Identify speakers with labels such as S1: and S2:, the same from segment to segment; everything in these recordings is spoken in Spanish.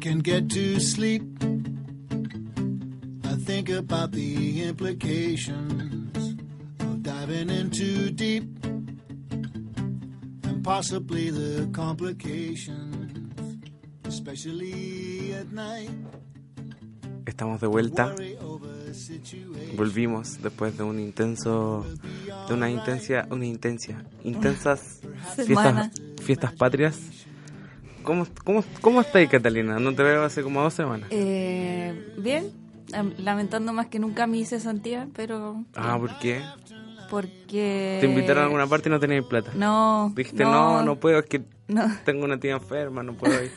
S1: can get to sleep. I think about the implications of diving in too deep and possibly the complications, especially at night.
S2: Estamos de vuelta.
S1: Worry over situations.
S2: Volvimos después de un intenso, de una intensa, una intensa, intensas
S3: Semana.
S2: fiestas, fiestas patrias. ¿Cómo, cómo, cómo estás, Catalina? No te veo hace como dos semanas.
S3: Eh, bien, am- lamentando más que nunca mi cesantía, pero
S2: Ah, ¿por qué?
S3: porque...
S2: Te invitaron a alguna parte y no tenías plata.
S3: Eh, No.
S2: Dijiste, no, no, puedo, es que
S3: no.
S2: tengo una tía enferma, no puedo ir.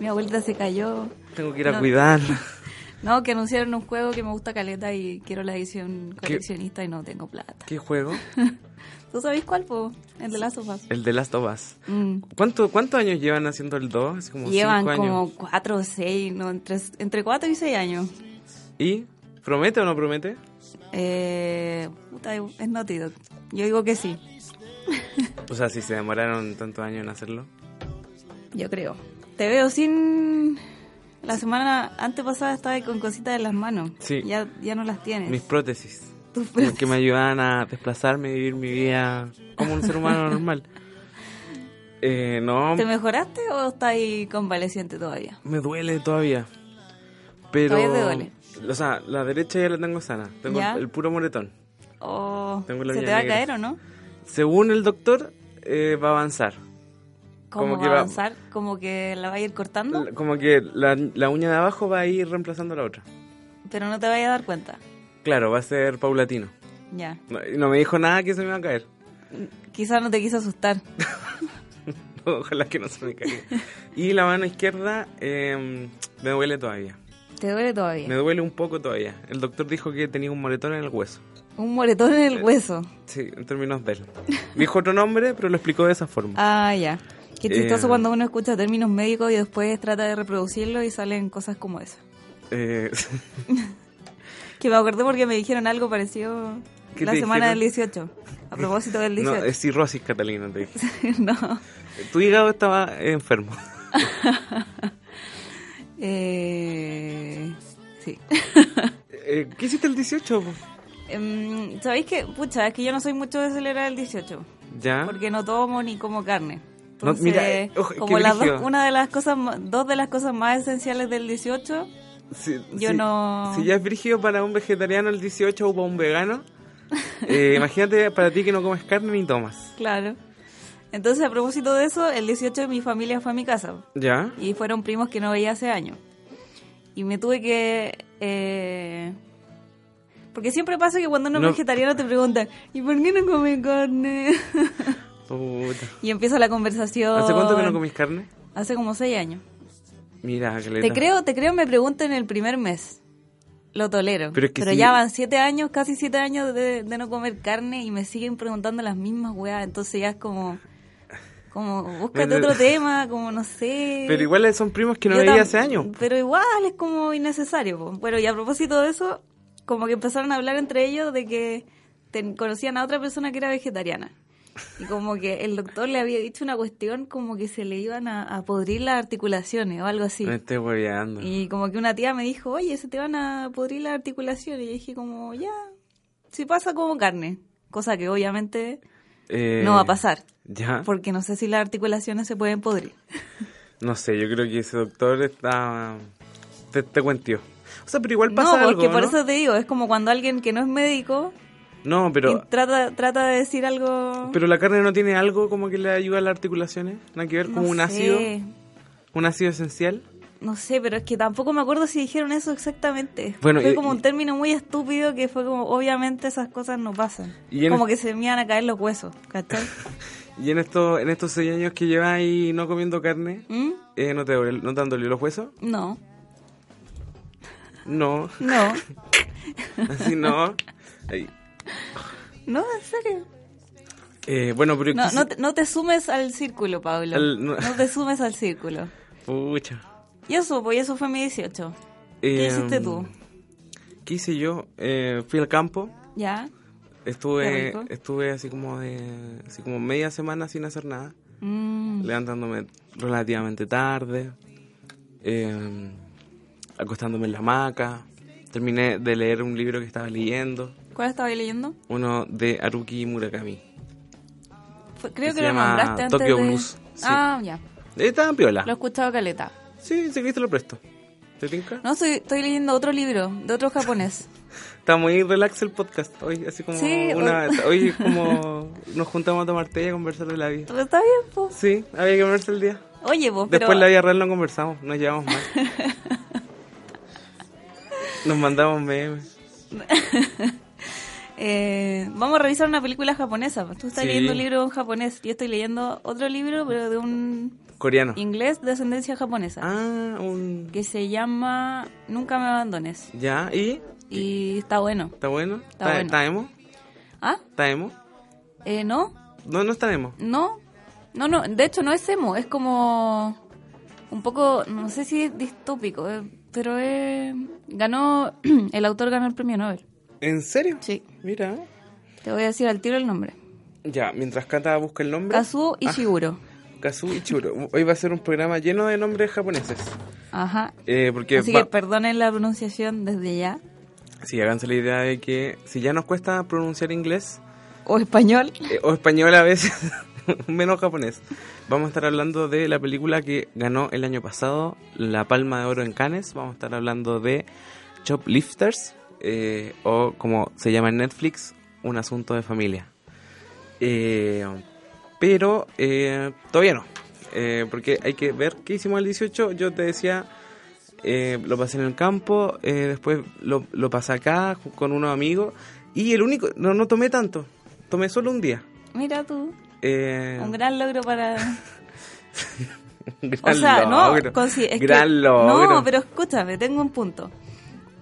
S3: Mi abuelita se cayó.
S2: Tengo que ir a
S3: No.
S2: cuidarla.
S3: No, que anunciaron un juego que me gusta caleta y quiero la edición coleccionista y no tengo plata.
S2: ¿Qué juego?
S3: ¿Tú sabés cuál, po? El de las sofás.
S2: El de Last of Us. ¿Cuánto, ¿Cuántos años llevan haciendo el 2? Así como
S3: Mm. Llevan
S2: cinco años.
S3: como cuatro o seis, no, entre, entre cuatro y seis años.
S2: ¿Y? ¿Promete o no promete?
S3: Eh, puta, es Naughty Dog. Yo digo que sí,
S2: O sea, si se demoraron tantos años en hacerlo.
S3: yo creo. Te veo sin... La semana antepasada estaba con cositas en las manos.
S2: Sí.
S3: Ya, ya no las tienes.
S2: Mis prótesis.
S3: Tus
S2: Las
S3: prótesis.
S2: que me ayudaban a desplazarme y vivir mi vida como un ser humano normal. Eh, no,
S3: ¿Te mejoraste o estás ahí convaleciente todavía?
S2: me duele todavía. Pero.
S3: Todavía te duele.
S2: O sea, la derecha ya la tengo sana. Tengo
S3: ¿Ya?
S2: el, el puro moretón.
S3: ¿O
S2: Tengo la
S3: se
S2: uña
S3: te va
S2: negra.
S3: a caer o no?
S2: Según el doctor, eh, va a avanzar.
S3: ¿Cómo
S2: Como
S3: va
S2: que
S3: a
S2: va-
S3: avanzar? ¿Como que la va a ir cortando?
S2: L- Como que la, la uña de abajo va a ir reemplazando a la otra.
S3: Pero no te vayas a dar cuenta.
S2: Claro, va a ser paulatino.
S3: Ya.
S2: No, y no me dijo nada que se me va a caer.
S3: Quizás no te quiso asustar.
S2: Ojalá que no se me caiga. Y la mano izquierda eh, me duele todavía.
S3: Te duele todavía.
S2: Me duele un poco todavía. El doctor dijo que tenía un moretón en el hueso.
S3: Un moretón en
S2: Eh.
S3: el hueso.
S2: Sí, en términos de él. Dijo otro nombre, pero lo explicó de esa forma.
S3: Ah, ya. Qué
S2: Eh.
S3: chistoso cuando uno escucha términos médicos y después trata de reproducirlo y salen cosas como esa.
S2: Eh,
S3: Que me acordé porque me dijeron algo parecido
S2: ¿Qué
S3: la
S2: te
S3: semana
S2: dijeron?
S3: del 18. A propósito del
S2: no,
S3: 18.
S2: es cirrosis, Catalina, te dije.
S3: No.
S2: Tu hígado estaba enfermo.
S3: Eh, sí.
S2: Eh, ¿Qué hiciste el 18? po?
S3: Em, ¿Sabéis que, pucha, es que yo no soy mucho de celebrar el 18?
S2: ¿Ya?
S3: Porque no tomo ni como carne.
S2: ¿Ah? No,
S3: Entonces,
S2: mira, eh, ojo, qué
S3: como las dos,
S2: brígido.
S3: una de las cosas, ma- dos de las cosas más esenciales del 18,
S2: Si-
S3: Yo
S2: si-
S3: no-
S2: Si ya es brígido para un vegetariano el 18 o para un vegano, eh, imagínate para ti que no comes carne ni tomas.
S3: claro. Entonces, a propósito de eso, el 18 mi familia fue a mi casa.
S2: ¿Ya?
S3: y fueron primos que no veía hace años. Y me tuve que... eh, porque siempre pasa que cuando uno
S2: No.
S3: es vegetariano te preguntan, ¿y por qué no come carne?
S2: Puta.
S3: y empieza la conversación.
S2: ¿Hace cuánto que no comís carne?
S3: Hace como seis años.
S2: Mira, que
S3: Te creo, te creo, me preguntan el primer mes. Lo tolero.
S2: Pero
S3: Pero,
S2: es que sí.
S3: ya van siete años, casi siete años de, de no comer carne y me siguen preguntando las mismas weas. Entonces ya es como... Como, búscate
S2: Pero-
S3: otro tema, como no sé.
S2: Pero igual son primos que no
S3: Yo
S2: veía
S3: tam-
S2: hace años.
S3: Pero igual es como innecesario. po. Bueno, y a propósito de eso, como que empezaron a hablar entre ellos de que ten- conocían a otra persona que era vegetariana. Y como que el doctor le había dicho una cuestión como que se le iban a, a podrir las articulaciones o algo así.
S2: Me estoy hueveando.
S3: Y como que una tía me dijo, oye, se te van a podrir las articulaciones. Y yo dije como, ya, si pasa como carne. Cosa que obviamente
S2: Eh, ¿Ah?
S3: no va a pasar.
S2: ¿Ya?
S3: Porque no sé si las articulaciones se pueden podrir.
S2: No sé, yo creo que ese doctor está... Te, te cuentió. O sea, pero igual
S3: No,
S2: pasa
S3: porque
S2: algo,
S3: por
S2: ¿no?
S3: eso te digo, es como cuando alguien que no es médico
S2: No,
S3: y
S2: pero...
S3: trata, trata de decir algo...
S2: Pero la carne no tiene algo como que le ayuda a las articulaciones, nada que ver
S3: no
S2: como un
S3: sé,
S2: ácido, un ácido esencial.
S3: No sé, pero es que tampoco me acuerdo si dijeron eso exactamente.
S2: Bueno,
S3: fue
S2: y-
S3: como
S2: y-
S3: un término muy estúpido que fue como, obviamente esas cosas no pasan.
S2: Y en
S3: Como
S2: es-
S3: que se me iban a caer los huesos, ¿cachai?
S2: Y en estos en estos seis años que llevas ahí no comiendo carne,
S3: ¿Mm?
S2: eh, ¿no te duele- no te han dolido los huesos?
S3: No,
S2: No,
S3: no,
S2: así no. Ay.
S3: no, en serio.
S2: Eh, bueno, pero
S3: No,
S2: quise-
S3: no, te, no te sumes al círculo, Pablo.
S2: Al- no-
S3: no. te sumes al círculo.
S2: pucha.
S3: Y eso, pues y eso fue mi 18. ¿Qué
S2: Eh,
S3: hiciste tú?
S2: ¿Qué hice yo? Eh, fui al campo,
S3: ¿Ya? Qué
S2: estuve
S3: rico.
S2: estuve así como de así como media semana sin hacer nada,
S3: Mm,
S2: levantándome relativamente tarde. eh, acostándome en la hamaca. Terminé de leer un libro que estaba leyendo,
S3: ¿Cuál estaba leyendo?
S2: uno de Haruki Murakami.
S3: Fue- creo
S2: Se
S3: que lo
S2: llama
S3: nombraste antes
S2: Tokyo
S3: de...
S2: Blues, sí.
S3: Ah, ya.
S2: Eh, Estaba en piola.
S3: Lo he escuchado caleta.
S2: Sí, si querés te lo presto. ¿Te tinca?
S3: No, estoy, estoy leyendo otro libro, de otro japonés.
S2: Está muy relax el podcast hoy, así como
S3: Sí,
S2: una...
S3: hoy-
S2: Hoy es como nos juntamos a tomar té y a conversar de la vida.
S3: Pero está bien, pues.
S2: Sí, había que verse el día.
S3: Oye, vos,
S2: Después
S3: pero...
S2: la vida real no conversamos, nos llevamos mal. Nos mandamos memes.
S3: Eh, vamos a revisar una película japonesa. Tú estás
S2: Sí.
S3: leyendo un libro en japonés. Yo estoy leyendo otro libro, pero de un
S2: Coreano.
S3: inglés de ascendencia japonesa.
S2: Ah, un...
S3: Que se llama Nunca me abandones.
S2: Ya, ¿y?
S3: Y está bueno.
S2: ¿Está bueno?
S3: Está
S2: ¿Está,
S3: bueno.
S2: está emo?
S3: ¿Ah?
S2: ¿Está emo?
S3: Eh, ¿No?
S2: No, no está emo.
S3: No. No, no. De hecho, no es emo. Es como... Un poco... No sé si es distópico. eh, pero eh, ganó... el autor ganó el premio Nobel.
S2: ¿En serio?
S3: Sí.
S2: Mira.
S3: Te voy a decir al tiro el nombre.
S2: Ya, mientras Kata busca el nombre.
S3: Kazuo Ishiguro.
S2: Kazu Ichiro. Hoy va a ser un programa lleno de nombres japoneses.
S3: Ajá.
S2: Eh, porque
S3: Así
S2: va-
S3: que perdonen la pronunciación desde ya.
S2: sí, háganse la idea de que si ya nos cuesta pronunciar inglés
S3: O español.
S2: eh, o español a veces, menos japonés, vamos a estar hablando de la película que ganó el año pasado la Palma de Oro en Cannes. Vamos a estar hablando de Choplifters eh, o como se llama en Netflix, Un Asunto de Familia. Eh, pero eh, todavía no. Eh, porque hay que ver qué hicimos el 18. Yo te decía, eh, lo pasé en el campo, eh, después lo, lo pasé acá ju- con unos amigos. Y el único, no, no tomé tanto, tomé solo un día.
S3: Mira tú.
S2: Eh,
S3: Un gran logro para...
S2: un
S3: O
S2: gran
S3: sea, no,
S2: logro.
S3: consi- es que-
S2: gran logro.
S3: No, pero escúchame, tengo un punto.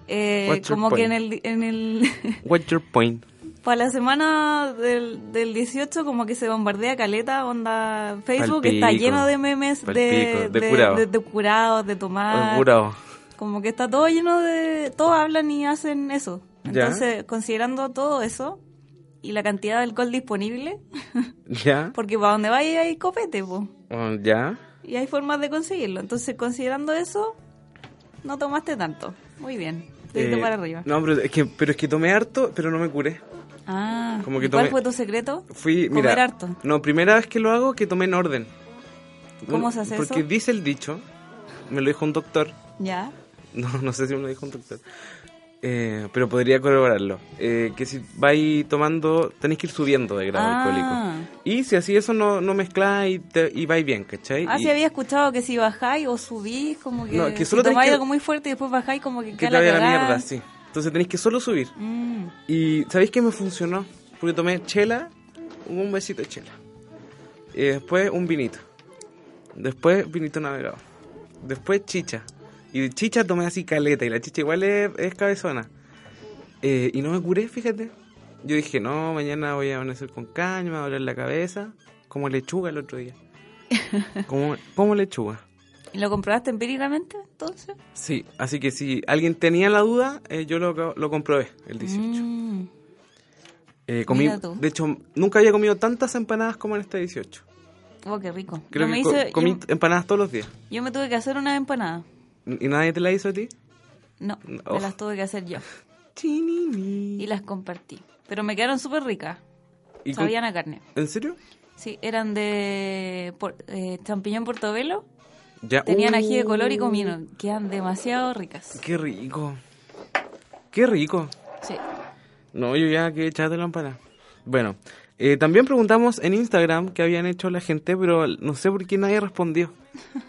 S3: Eh,
S2: What's your
S3: como que
S2: point?
S3: en el... En el
S2: What's your point?
S3: para la semana del, del 18 como que se bombardea caleta, onda Facebook está
S2: Palpico,
S3: lleno de memes de,
S2: palpico, de
S3: de-
S2: curado.
S3: de- de curados, de tomar.
S2: Jurado.
S3: Como que está todo lleno de... Todos hablan y hacen eso.
S2: Ya.
S3: Entonces, considerando todo eso y la cantidad de alcohol disponible,
S2: ¿Ya?
S3: porque para donde vaya hay copete, po,
S2: Oh, ¿Ya?
S3: y hay formas de conseguirlo. Entonces, considerando eso, no tomaste tanto. Muy bien. Te diste
S2: Eh,
S3: para arriba.
S2: No, pero es, que, pero es que tomé harto, pero no me curé.
S3: Ah,
S2: como que
S3: ¿y ¿cuál
S2: tomé-
S3: fue tu secreto?
S2: Fui,
S3: Comer
S2: mira,
S3: harto.
S2: No, primera vez que lo hago que tomé en orden.
S3: ¿Cómo
S2: Un-
S3: se hace eso?
S2: Porque dice el dicho, me lo dijo un doctor,
S3: Ya.
S2: no, no sé si me lo dijo un doctor, eh, pero podría corroborarlo, eh, que si vais tomando, tenéis que ir subiendo de grado
S3: Ah.
S2: alcohólico. Y si así eso no, no mezcláis y, te- y vais bien, ¿cachai?
S3: Ah,
S2: Y-
S3: sí, había escuchado que si bajáis o subís, como que,
S2: No, que
S3: si
S2: solo tenés
S3: tomáis
S2: que-
S3: algo muy fuerte y después bajáis, como que,
S2: que
S3: queda
S2: te vaya a la
S3: cagada.
S2: mierda, sí. Entonces tenéis que solo subir.
S3: Mm.
S2: Y ¿sabéis qué me funcionó? Porque tomé chela, un besito de chela. Y después un vinito. Después vinito navegado. Después chicha. Y de chicha tomé así caleta. Y la chicha igual es, es cabezona. Eh, y no me curé, fíjate. Yo dije, no, mañana voy a amanecer con caña, me va a doler la cabeza. Como lechuga el otro día. Como, como lechuga.
S3: ¿Y lo comprobaste empíricamente, entonces?
S2: Sí, así que si alguien tenía la duda, eh, yo lo, lo comprobé el 18.
S3: Mm.
S2: Eh, comí-
S3: Mira tú.
S2: de hecho, nunca había comido tantas empanadas como en este 18.
S3: Oh, qué rico.
S2: Creo
S3: Yo
S2: que
S3: me
S2: co-
S3: hice-
S2: comí
S3: yo-
S2: empanadas todos los días.
S3: Yo me tuve que hacer una empanada.
S2: ¿Y nadie te la hizo a ti?
S3: No,
S2: Oh.
S3: me las tuve que hacer yo.
S2: Chinini.
S3: Y las compartí. Pero me quedaron súper ricas.
S2: ¿Y con-
S3: Sabían a carne.
S2: ¿En serio?
S3: Sí, eran de por- eh, champiñón portobelo.
S2: Ya.
S3: Tenían
S2: Uh,
S3: ají de color y comino. Quedan demasiado ricas.
S2: Qué rico. Qué rico.
S3: Sí.
S2: No, yo ya que echate la empanada. Bueno, eh, también preguntamos en Instagram qué habían hecho la gente, pero no sé por qué nadie respondió.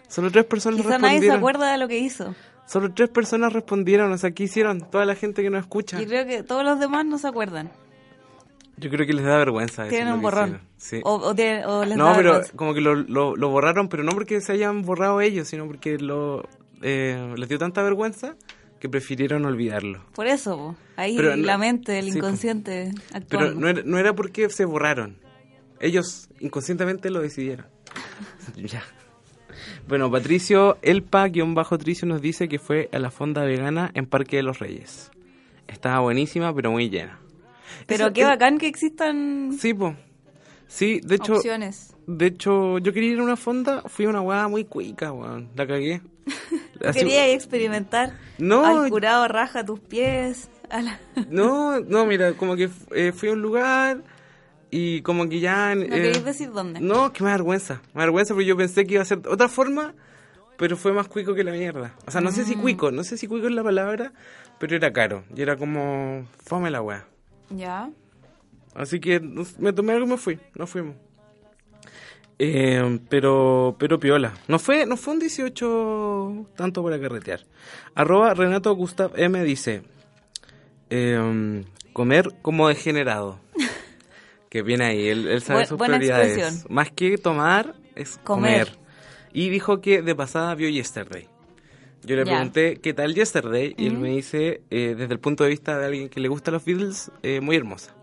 S2: Solo tres personas
S3: Quizá nadie
S2: respondieron.
S3: se acuerda de lo que hizo.
S2: Solo tres personas respondieron. O sea, ¿qué hicieron? Toda la gente que nos escucha.
S3: Y creo que todos los demás no se acuerdan.
S2: Yo creo que les da vergüenza. decir
S3: Tienen
S2: Ah, lo
S3: un
S2: que
S3: borrón.
S2: hicieron. Sí.
S3: O, o tienen- o les
S2: No,
S3: da
S2: pero
S3: vergüenza.
S2: como que lo, lo- lo borraron, pero no porque se hayan borrado ellos, sino porque lo eh, les dio tanta vergüenza que prefirieron olvidarlo.
S3: Por eso, po. ahí
S2: Pero no-
S3: la mente, el
S2: sí, po.
S3: inconsciente
S2: Pero
S3: actuando.
S2: no era, no era porque se borraron. Ellos inconscientemente lo decidieron. ya. Bueno, Patricio Elpa-Tricio nos dice que fue a la fonda vegana en Parque de los Reyes. Estaba buenísima, pero muy llena.
S3: Pero
S2: Eso-
S3: qué bacán que existan
S2: Sí, po. Sí, de hecho,
S3: opciones.
S2: De hecho, yo quería ir a una fonda, fui a una weá muy cuica, weón. La cagué. Así-
S3: Quería experimentar.
S2: No,
S3: Al curado raja tus pies. a la-
S2: No, no, mira, como que eh, fui a un lugar y como que ya...
S3: No queréis decir dónde.
S2: Eh, No, que me da vergüenza. Me da vergüenza porque yo pensé que iba a ser de otra forma, pero fue más cuico que la mierda. O sea, no sé si
S3: Ah.
S2: cuico, no sé si cuico es la palabra, pero era caro. Y era como, fome la weá.
S3: Ya.
S2: Así que no sé, me tomé algo y me fui. Nos fuimos. Eh, pero, pero piola. No fue, no fue un 18 tanto para carretear. Arroba Renato Gustav M dice: em, Comer como degenerado. que viene ahí, él, él sabe
S3: Buen-
S2: sus
S3: buena
S2: prioridades.
S3: expresión.
S2: Más que tomar, es comer.
S3: Comer.
S2: Y dijo que de pasada vio Yesterday. Yo le
S3: Ya.
S2: pregunté qué tal Yesterday y él me dice, eh, desde el punto de vista de alguien que le gusta los Beatles, eh, muy hermosa.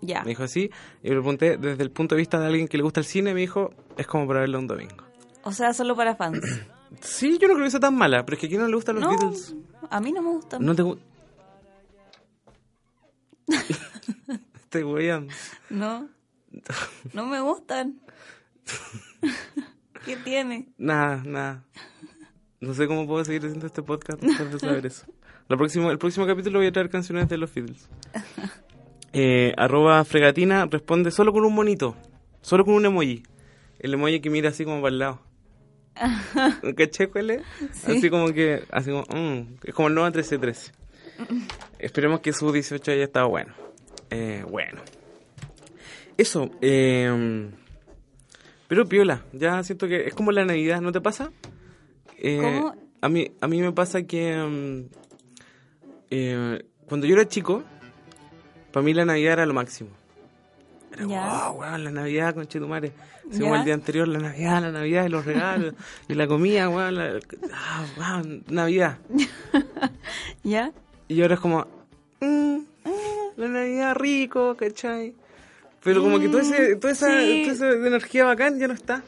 S3: Ya.
S2: Me dijo así. Y le pregunté, desde el punto de vista de alguien que le gusta el cine, me dijo, es como para verlo un domingo.
S3: O sea, solo para fans.
S2: Sí, yo no creo que sea tan mala, pero es que aquí no le gustan los
S3: no,
S2: Beatles.
S3: a mí no me gusta. No,
S2: No te gu- Estoy weyando.
S3: no, me gustan. ¿Qué tiene?
S2: Nada, nada. No sé cómo puedo seguir haciendo este podcast después de saber eso. Lo próximo, el próximo capítulo voy a traer canciones de los Beatles. Eh, arroba fregatina responde solo con un monito. Solo con un emoji. El emoji que mira así como para el lado. ¿Caché cuál es? Así como que... Así como, mm, es como el nuevo 1313. Esperemos que su 18 haya estado bueno. Eh, bueno. Eso. eh, pero piola, ya siento que es como la Navidad, ¿no te pasa? Eh,
S3: ¿Cómo?
S2: A mí, a mí me pasa que mm, eh, cuando yo era chico, para mí la Navidad era lo máximo. Era como,
S3: Ya.
S2: "Oh, weón, la Navidad, con Chetumare. Así como
S3: Ya.
S2: el día anterior, la Navidad, la Navidad, y los regalos, y la comida, weón, la- ah, weón, Navidad.
S3: ¿Ya?
S2: Y ahora es como, mm, ah, la Navidad rico, ¿cachai? Pero como que toda, ese, toda, esa,
S3: Mm, sí.
S2: toda esa energía bacán ya no está.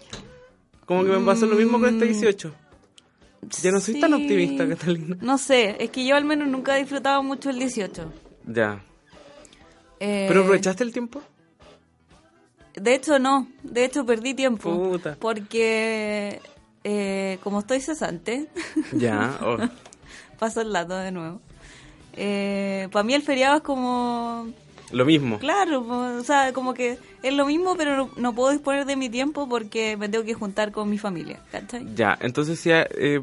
S2: Como que me pasó lo mismo con este
S3: Mm.
S2: 18. Ya no soy tan optimista, Catalina.
S3: No sé, es que yo al menos nunca he disfrutado mucho el 18.
S2: Ya.
S3: Eh,
S2: ¿Pero aprovechaste el tiempo?
S3: De hecho, no. De hecho, perdí tiempo.
S2: Puta.
S3: Porque eh, como estoy cesante,
S2: Ya. oh.
S3: paso el dato de nuevo. Para mí el feriado es como
S2: Lo mismo.
S3: Claro, po, o sea, como que es lo mismo, pero no, no puedo disponer de mi tiempo porque me tengo que juntar con mi familia, ¿cachai?
S2: Ya, entonces si, a- eh,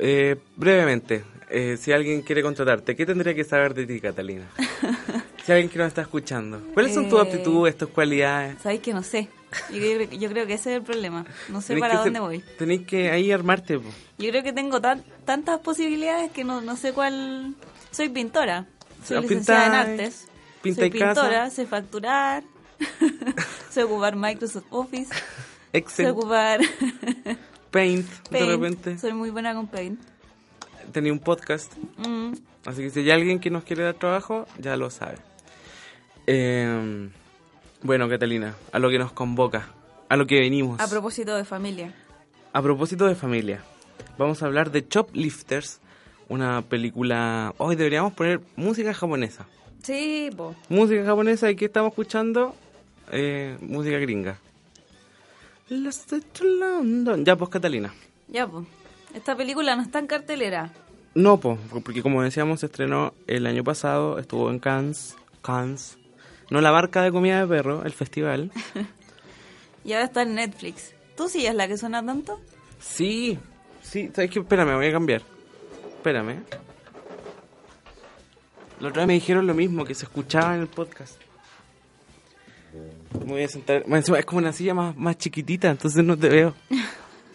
S2: eh, brevemente, eh, si alguien quiere contratarte, ¿qué tendría que saber de ti, Catalina? si alguien que nos está escuchando, ¿cuáles son tus
S3: Eh,
S2: aptitudes, tus cualidades?
S3: Sabéis que no sé. Yo, creo- yo creo que ese es el problema. No sé
S2: Tenés
S3: para
S2: que
S3: dónde
S2: ser-
S3: voy.
S2: Tenés que ahí armarte. po.
S3: Yo creo que tengo tan- tantas posibilidades que no, no sé cuál... Soy pintora, soy
S2: Ah,
S3: licenciada en
S2: pintáis,
S3: artes, soy
S2: pintáis casa.
S3: pintora, sé facturar, sé ocupar Microsoft Office, sé
S2: Excel,
S3: ocupar
S2: Paint,
S3: Paint,
S2: de repente.
S3: soy muy buena con Paint.
S2: Tenía un podcast.
S3: Mm,
S2: Así que si hay alguien que nos quiere dar trabajo, ya lo sabe. Eh, bueno, Catalina, a lo que nos convoca, a lo que venimos.
S3: a propósito de familia.
S2: A propósito de familia, vamos a hablar de Choplifters, una película... Hoy deberíamos poner música japonesa.
S3: Sí, po.
S2: Música japonesa y que estamos escuchando Eh, música gringa. Los de London. Ya, pues Catalina.
S3: Ya, pues. Esta película no está en cartelera.
S2: No, po, porque como decíamos, se estrenó el año pasado, estuvo en Cannes, Cannes, no la barca de comida de perro, el festival.
S3: Y ahora está en Netflix. ¿Tú sí es la que suena tanto?
S2: Sí, sí, sabes que, espérame, voy a cambiar. Espérame. La otra vez me dijeron lo mismo, que se escuchaba en el podcast. Me voy a sentar, más encima es como una silla más, más chiquitita, entonces no te veo.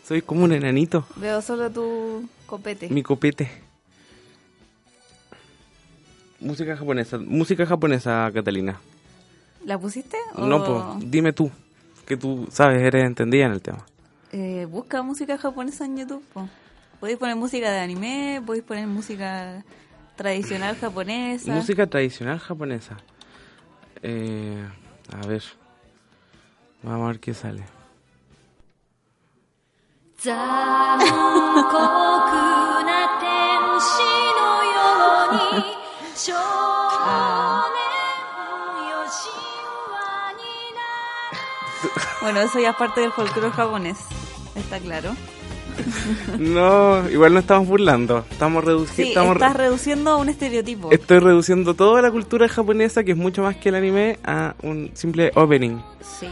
S2: Soy como un enanito,
S3: Veo solo tu copete.
S2: mi copete. Música japonesa, música japonesa, Catalina.
S3: ¿La pusiste? o-
S2: No,
S3: Oh.
S2: pues, dime tú, que tú sabes, eres entendida en el tema.
S3: Eh, busca música japonesa en YouTube, po. Podéis poner música de anime, podéis poner música tradicional japonesa.
S2: Música tradicional japonesa. Eh, a ver. Vamos a ver qué sale.
S4: 残酷な天使のように少年をよしわにな
S3: Bueno, eso ya es parte del folclore japonés, está claro.
S2: No, igual no estamos burlando. Estamos reduciendo.
S3: Sí,
S2: estamos
S3: estás reduciendo a un estereotipo.
S2: Estoy reduciendo toda la cultura japonesa, que es mucho más que el anime, a un simple opening.
S3: Sí,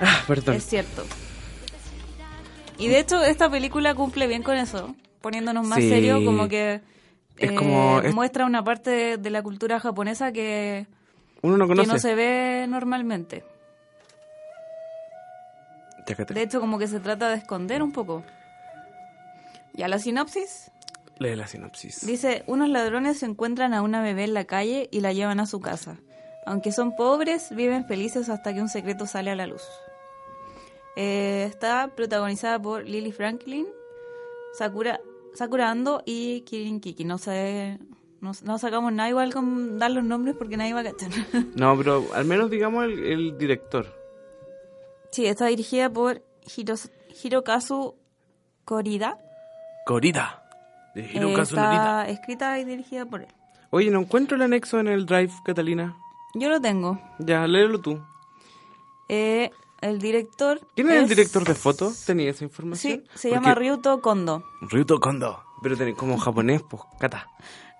S2: Ah, perdón.
S3: es cierto. Y de hecho, esta película cumple bien con eso, poniéndonos más
S2: Sí.
S3: serio, como que
S2: Es
S3: eh,
S2: como- es-
S3: muestra una parte de, de la cultura japonesa que,
S2: Uno no
S3: que
S2: conoce.
S3: no se ve normalmente.
S2: Chácate.
S3: De hecho, como que se trata de esconder un poco. Ya la sinopsis
S2: Lee la sinopsis.
S3: dice, unos ladrones encuentran a una bebé en la calle y la llevan a su casa. Aunque son pobres, viven felices hasta que un secreto sale a la luz. Eh, está protagonizada por Lily Franklin, Sakura, Sakura Ando y Kirin Kiki. No sé, no, no sacamos nada igual con dar los nombres porque nadie va a cachar.
S2: No, pero al menos digamos el, el director.
S3: sí, está dirigida por Hiros- Hirokazu Korida.
S2: Corita. De
S3: Eh,
S2: Hirokazu Norita.
S3: está escrita y dirigida por él.
S2: Oye, no encuentro el anexo en el drive, Catalina.
S3: Yo lo tengo.
S2: Ya, léelo tú.
S3: Eh, el director.
S2: ¿Quién es el
S3: es-
S2: director de fotos? ¿Tenía esa
S3: Sí,
S2: información?
S3: se
S2: Porque-
S3: llama Ryuto Kondo.
S2: Ryuto Kondo. Pero tenés como japonés, pues, Cata.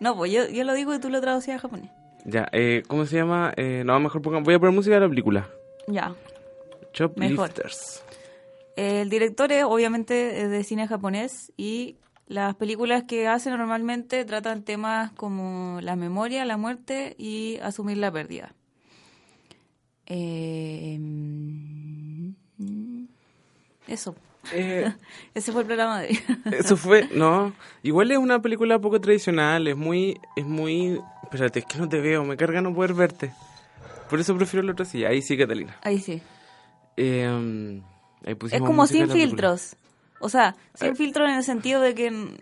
S3: No, pues yo, yo lo digo y tú lo traducías a japonés.
S2: Ya, eh, ¿cómo se llama? Eh, no, mejor pongan... Voy a poner música de la película.
S3: Ya. Mejor.
S2: Shoplifters.
S3: El director es obviamente es de cine japonés y las películas que hace normalmente tratan temas como la memoria, la muerte y asumir la pérdida. Eh, mm, eso.
S2: Eh,
S3: Ese fue el programa de
S2: Eso fue, no. Igual es una película poco tradicional, es muy, es muy. Espérate, es que no te veo, me carga no poder verte. Por eso prefiero la otra silla. Ahí sí, Catalina.
S3: Ahí sí.
S2: Eh, ahí
S3: Es
S2: pusimos
S3: como
S2: música de
S3: sin
S2: la película.
S3: filtros. O sea,
S2: Eh.
S3: sin filtros en el sentido de que. mm,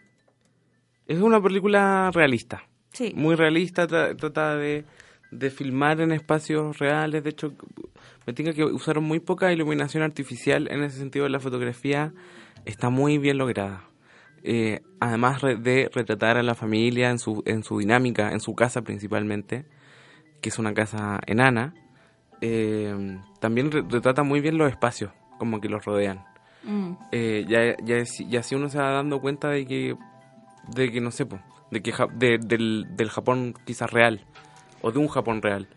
S2: Es una película realista.
S3: Sí.
S2: Muy realista, tra- trata de, de filmar en espacios reales. De hecho, me tenga que usaron muy poca iluminación artificial. En ese sentido, la fotografía está muy bien lograda. Eh, además re- de retratar a la familia en su, en su dinámica, en su casa principalmente, que es una casa enana, eh, también re- retrata muy bien los espacios como que los rodean
S3: mm,
S2: eh, ya, ya, es- y así uno se va dando cuenta de que, de que no sé, po, de que Ja- de- del, del Japón quizás real, o de un Japón real.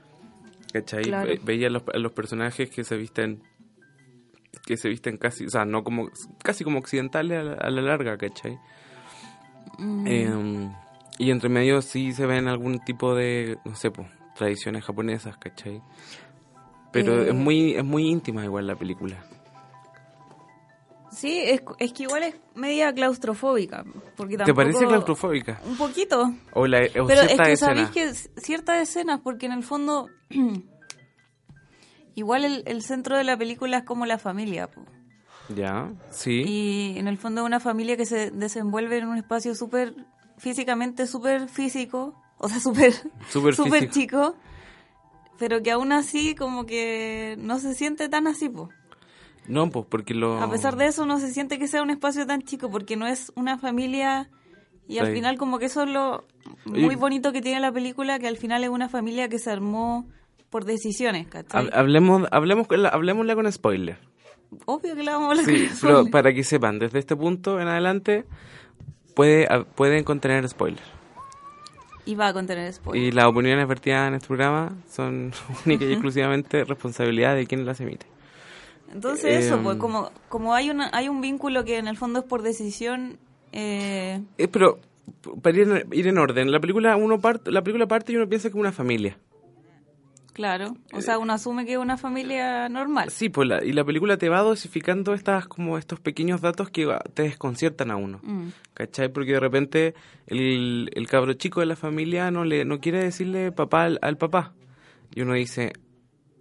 S2: ¿Cachai?
S3: Claro.
S2: Ve- veía los, los personajes que se visten, que se visten casi, o sea, no como, casi como occidentales a la, a la larga, ¿cachai?
S3: mm,
S2: Eh, y entre medio sí se ven algún tipo de, no sé, po, tradiciones japonesas, ¿cachai? Pero
S3: Eh.
S2: es muy es muy íntima igual la película.
S3: Sí, es, es que igual es media claustrofóbica. Porque
S2: ¿Te
S3: tampoco-
S2: parece claustrofóbica?
S3: Un poquito.
S2: O la, o
S3: Pero es
S2: cierta
S3: que
S2: escena.
S3: sabéis que c- ciertas escenas, porque en el fondo. igual el, el centro de la película es como la familia. po.
S2: Ya, sí.
S3: Y en el fondo es una familia que se desenvuelve en un espacio súper físicamente, súper físico, o sea, súper
S2: Súper
S3: súper
S2: físico.
S3: chico, pero que aún así como que no se siente tan así, po.
S2: No, pues porque lo...
S3: A pesar de eso no se siente que sea un espacio tan chico porque no es una familia y al
S2: Sí.
S3: final como que eso es lo
S2: Oye,
S3: muy bonito que tiene la película, que al final es una familia que se armó por decisiones, ¿cachai?
S2: Hab- Hablemos, hablemos, con la- hablemosla con spoiler.
S3: Obvio que la vamos a hablar
S2: Sí,
S3: con el
S2: pero
S3: spoiler.
S2: para que sepan, desde este punto en adelante puede, a- pueden contener spoiler.
S3: Y va a contener spoiler.
S2: Y las opiniones vertidas en este programa son única y exclusivamente responsabilidad de quien las emite.
S3: Entonces
S2: Eh,
S3: eso, pues como, como hay, una, hay un vínculo que en el fondo es por decisión... Eh,
S2: Eh, pero p- para ir en, ir en orden, la película, uno part- la película parte y uno piensa que es una familia.
S3: Claro, o sea, uno asume que es una familia normal.
S2: Eh, Sí, pues la- y la película te va dosificando estas, como estos pequeños datos que va- te desconciertan a uno.
S3: Mm,
S2: ¿Cachai? Porque de repente el, el cabro chico de la familia no le no quiere decirle papá al, al papá. Y uno dice,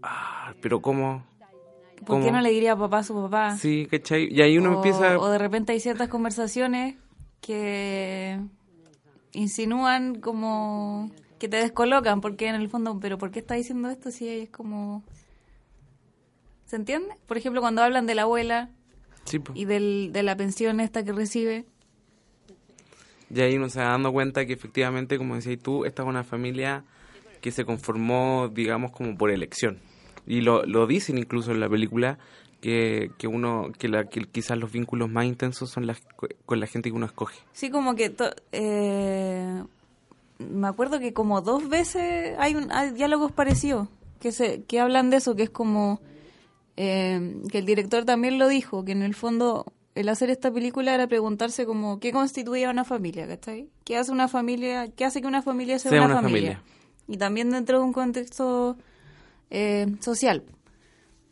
S2: ah, pero ¿cómo?
S3: ¿Por
S2: ¿Cómo?
S3: qué no le diría papá a su papá?
S2: Sí, ¿cachai? Y ahí uno
S3: o,
S2: empieza...
S3: o de repente hay ciertas conversaciones que insinúan como que te descolocan, porque en el fondo, pero ¿por qué está diciendo esto si es como... ¿Se entiende? Por ejemplo, cuando hablan de la abuela
S2: Sí, pues. po.
S3: y del, de la pensión esta que recibe.
S2: Y ahí uno se va dando cuenta que efectivamente, como decías tú, esta es una familia que se conformó, digamos, como por elección. Y lo, lo dicen incluso en la película, que, que uno que, la, que quizás los vínculos más intensos son las co- con la gente que uno escoge.
S3: Sí, como que... to- eh, me acuerdo que como dos veces hay, un, hay diálogos parecidos que, se, que hablan de eso, que es como... eh, que el director también lo dijo, que en el fondo el hacer esta película era preguntarse como qué constituía una familia, ¿cachai? ¿Qué hace una familia? ¿Qué hace que una familia sea,
S2: Sea
S3: una,
S2: una
S3: familia?
S2: familia.
S3: Y también dentro de un contexto eh, social.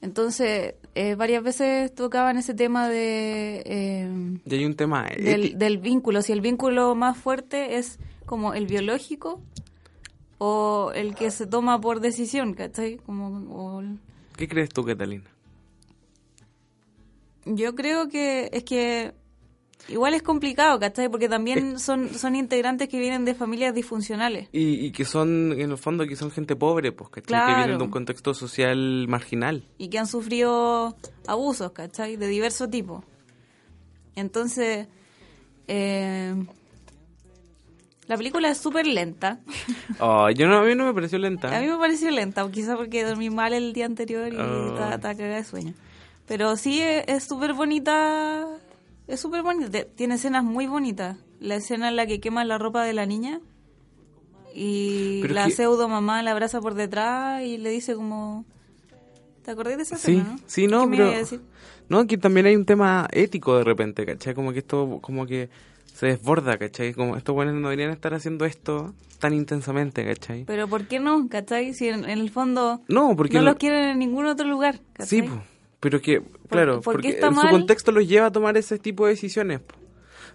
S3: Entonces, eh, varias veces tocaban ese tema de... eh,
S2: Y hay un tema
S3: del,
S2: ético.
S3: del vínculo, si el vínculo más fuerte es como el biológico o el que se toma por decisión, ¿cachai? Como, o el-
S2: ¿Qué crees tú, Catalina?
S3: yo creo que es que igual es complicado, ¿cachai? Porque también son, son integrantes que vienen de familias disfuncionales.
S2: Y, y que son, en el fondo, que son gente pobre, pues, ¿cachai? que vienen
S3: Claro.
S2: de un contexto social marginal.
S3: y que han sufrido abusos, ¿cachai? De diverso tipo. Entonces, eh, la película es súper lenta.
S2: Oh, yo no, a mí no me pareció lenta.
S3: A mí me pareció lenta, o quizá porque dormí mal el día anterior y
S2: Ah.
S3: estaba estaba cagada de sueño. Pero sí es es súper bonita, es súper bonita, te- tiene escenas muy bonitas. La escena en la que quema la ropa de la niña y
S2: Pero es
S3: la
S2: que-
S3: pseudo mamá la abraza por detrás y le dice como... ¿Te acordás de esa
S2: Sí,
S3: escena? no?
S2: sí, no,
S3: ¿Qué me
S2: pero...
S3: ibas a decir?
S2: No, que también hay un tema ético de repente, ¿cachai? Como que esto, como que se desborda, ¿cachai? Como estos buenos no deberían estar haciendo esto tan intensamente, ¿cachai?
S3: Pero ¿por qué no? ¿Cachai? Si en, en el fondo
S2: No, porque...
S3: no
S2: el-
S3: los quieren en ningún otro lugar.
S2: Sí,
S3: ¿cachai?
S2: po, pero que, claro,
S3: por qué
S2: porque
S3: está
S2: en su
S3: mal?
S2: contexto los lleva a tomar ese tipo de decisiones. po.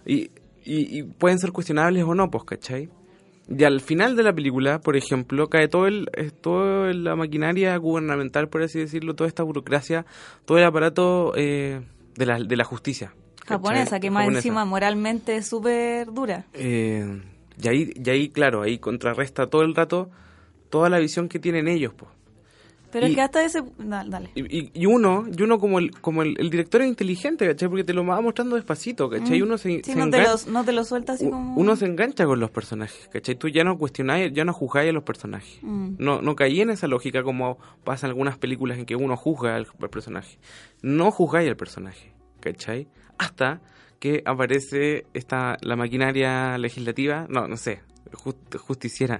S2: Y, y, y pueden ser cuestionables o no, pues, ¿cachai? Y al final de la película, por ejemplo, cae todo el, es toda la maquinaria gubernamental, por así decirlo, toda esta burocracia, todo el aparato eh, de, la, de la justicia. ¿cachai?
S3: Japonesa, que más
S2: Japonesa.
S3: encima moralmente es súper dura.
S2: Eh, y, ahí, y ahí, claro, ahí contrarresta todo el rato toda la visión que tienen ellos, pues.
S3: Pero
S2: Y-
S3: es que hasta ese... da- dale.
S2: Y, y- y uno, y uno como el, como el, el director es inteligente, ¿cachai? Porque te lo va mostrando despacito, ¿cachai? Uno se,
S3: Mm. Sí,
S2: se
S3: no, te
S2: engan-
S3: los, no te lo suelta así
S2: u-
S3: como...
S2: uno se engancha con los personajes, ¿cachai? Tú ya no cuestionáis, ya no juzgáis a los personajes.
S3: Mm.
S2: No, no caí en esa lógica como pasa en algunas películas en que uno juzga al, al personaje. No juzgáis al personaje, ¿cachai? Hasta que aparece esta, la maquinaria legislativa, no, no sé, jus- justiciera.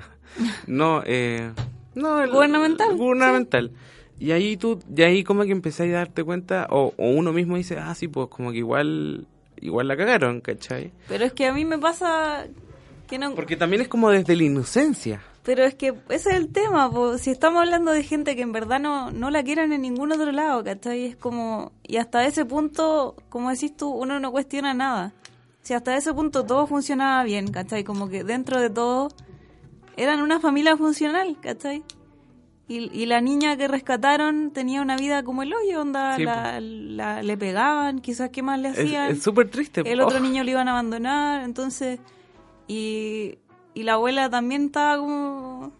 S2: No, eh, no, el-
S3: Gubernamental,
S2: Gubernamental. Y ahí tú, de ahí como que empezáis a darte cuenta, o, o uno mismo dice, ah, sí, pues como que igual, igual la cagaron, ¿cachai?
S3: Pero es que a mí me pasa que no...
S2: Porque también es como desde la inocencia.
S3: Pero es que ese es el tema, po. si estamos hablando de gente que en verdad no, no la quieren en ningún otro lado, ¿cachai? Es como... Y hasta ese punto, como decís tú, uno no cuestiona nada. Si hasta ese punto todo funcionaba bien, ¿cachai? Como que dentro de todo eran una familia funcional, ¿cachai? Y, y la niña que rescataron tenía una vida como el hoyo, onda,
S2: Sí,
S3: la, la- le pegaban, quizás qué más le
S2: Es-
S3: hacían.
S2: Es súper triste.
S3: el otro
S2: Oh.
S3: niño lo iban a abandonar, entonces, y, y la abuela también estaba como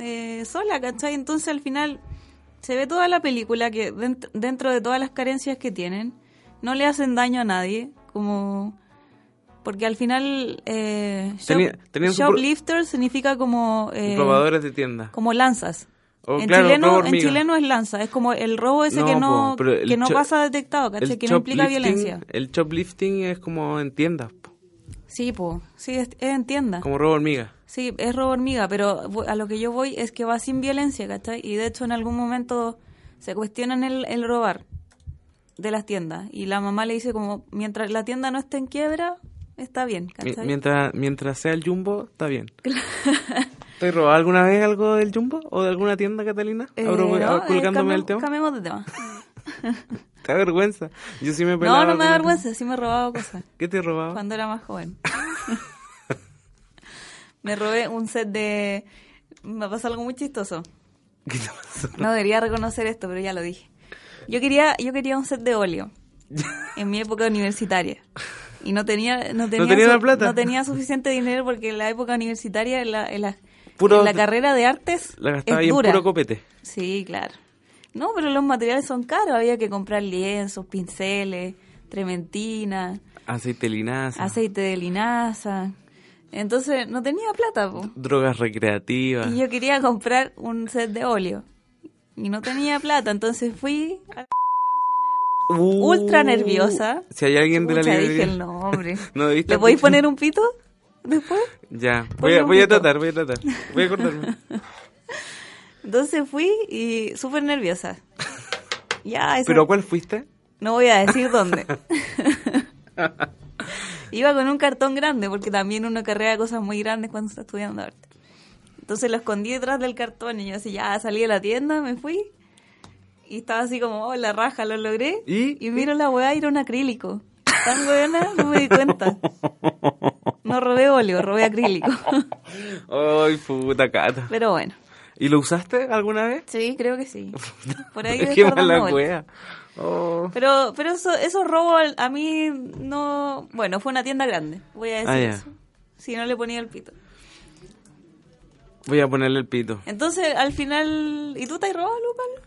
S3: eh, sola, ¿cachai? Entonces al final se ve toda la película que dent- dentro de todas las carencias que tienen, no le hacen daño a nadie, como... Porque al final eh, shop-
S2: Tenía- tenían su pro-
S3: shoplifter significa como... eh,
S2: Robadores de tienda.
S3: como lanzas.
S2: O,
S3: en,
S2: Oh, claro, robo
S3: chileno, en
S2: hormiga.
S3: chileno es lanza, es como el robo ese
S2: No,
S3: que no,
S2: po, pero el
S3: que no
S2: cho-
S3: pasa detectado, ¿cachai?
S2: El
S3: Que no implica
S2: shoplifting-
S3: violencia.
S2: El shoplifting es como en tiendas, po,
S3: Sí, po. sí, es, es en tienda.
S2: como robo hormiga.
S3: Sí, es robo hormiga, pero vo- a lo que yo voy es que va sin violencia, ¿cachai? Y de hecho en algún momento se cuestionan el, el robar de las tiendas. Y la mamá le dice como, mientras la tienda no esté en quiebra, está bien,
S2: Mi-
S3: ¿cachai?
S2: mientras, mientras sea el jumbo, está bien. ¿Te he robado alguna vez algo del jumbo o de alguna tienda, Catalina?
S3: Eh,
S2: Abro-
S3: no, eh,
S2: colgándome el
S3: cambiamos-
S2: tema.
S3: cambiamos de tema.
S2: Te da vergüenza. Yo sí me
S3: No,
S2: pelaba
S3: no me
S2: con-
S3: da vergüenza, sí me he robado cosas.
S2: ¿Qué te robaba?
S3: cuando era más joven. me robé un set de... Me pasó algo muy chistoso.
S2: ¿Qué te pasó?
S3: No debería reconocer esto, pero ya lo dije. Yo quería, yo quería un set de óleo en mi época universitaria. Y no tenía, no tenía,
S2: tenía la plata.
S3: no tenía suficiente dinero porque en la época universitaria, en la, en la,
S2: Puro-
S3: en la carrera de artes,
S2: La gastaba
S3: es
S2: ahí en
S3: dura.
S2: puro copete.
S3: Sí, claro. No, pero los materiales son caros. Había que comprar lienzos, pinceles, trementina,
S2: Aceite linaza.
S3: aceite de linaza. Entonces no tenía plata, po.
S2: Drogas recreativas.
S3: Y yo quería comprar un set de óleo. Y no tenía plata, entonces fui a la Nacional
S2: Uh,
S3: ultra nerviosa.
S2: Si hay alguien de la
S3: Pucha,
S2: librería.
S3: dije el nombre.
S2: ¿No diste
S3: ¿Le
S2: el
S3: podéis
S2: pito?
S3: poner un pito después?
S2: Ya, voy
S3: Ponle
S2: a,
S3: un
S2: voy a
S3: pito.
S2: tratar, voy a tratar. Voy a cortarme.
S3: Entonces fui y súper nerviosa. Ya, esa-
S2: ¿Pero a cuál fuiste?
S3: no voy a decir dónde. Iba con un cartón grande porque también uno carrea cosas muy grandes cuando está estudiando arte. Entonces lo escondí detrás del cartón y yo así ya salí de la tienda, me fui y estaba así como, oh, la raja, lo logré.
S2: ¿Y?
S3: miro la weá y era un acrílico. Tan weona, Ah, no me di cuenta. No robé óleo, robé acrílico.
S2: Ay, puta cata.
S3: Pero bueno,
S2: ¿Y lo usaste alguna vez?
S3: sí, creo que sí. Por ahí debe
S2: Qué
S3: estar dando
S2: mala
S3: vueltas.
S2: wea. Oh.
S3: Pero, pero eso, esos robos al- a mí no. Bueno, fue una tienda grande, voy a decir
S2: Ah, ya.
S3: eso. Si no le ponía el pito.
S2: Voy a ponerle el pito.
S3: Entonces, al final. ¿Y tú te has robado, Lucas?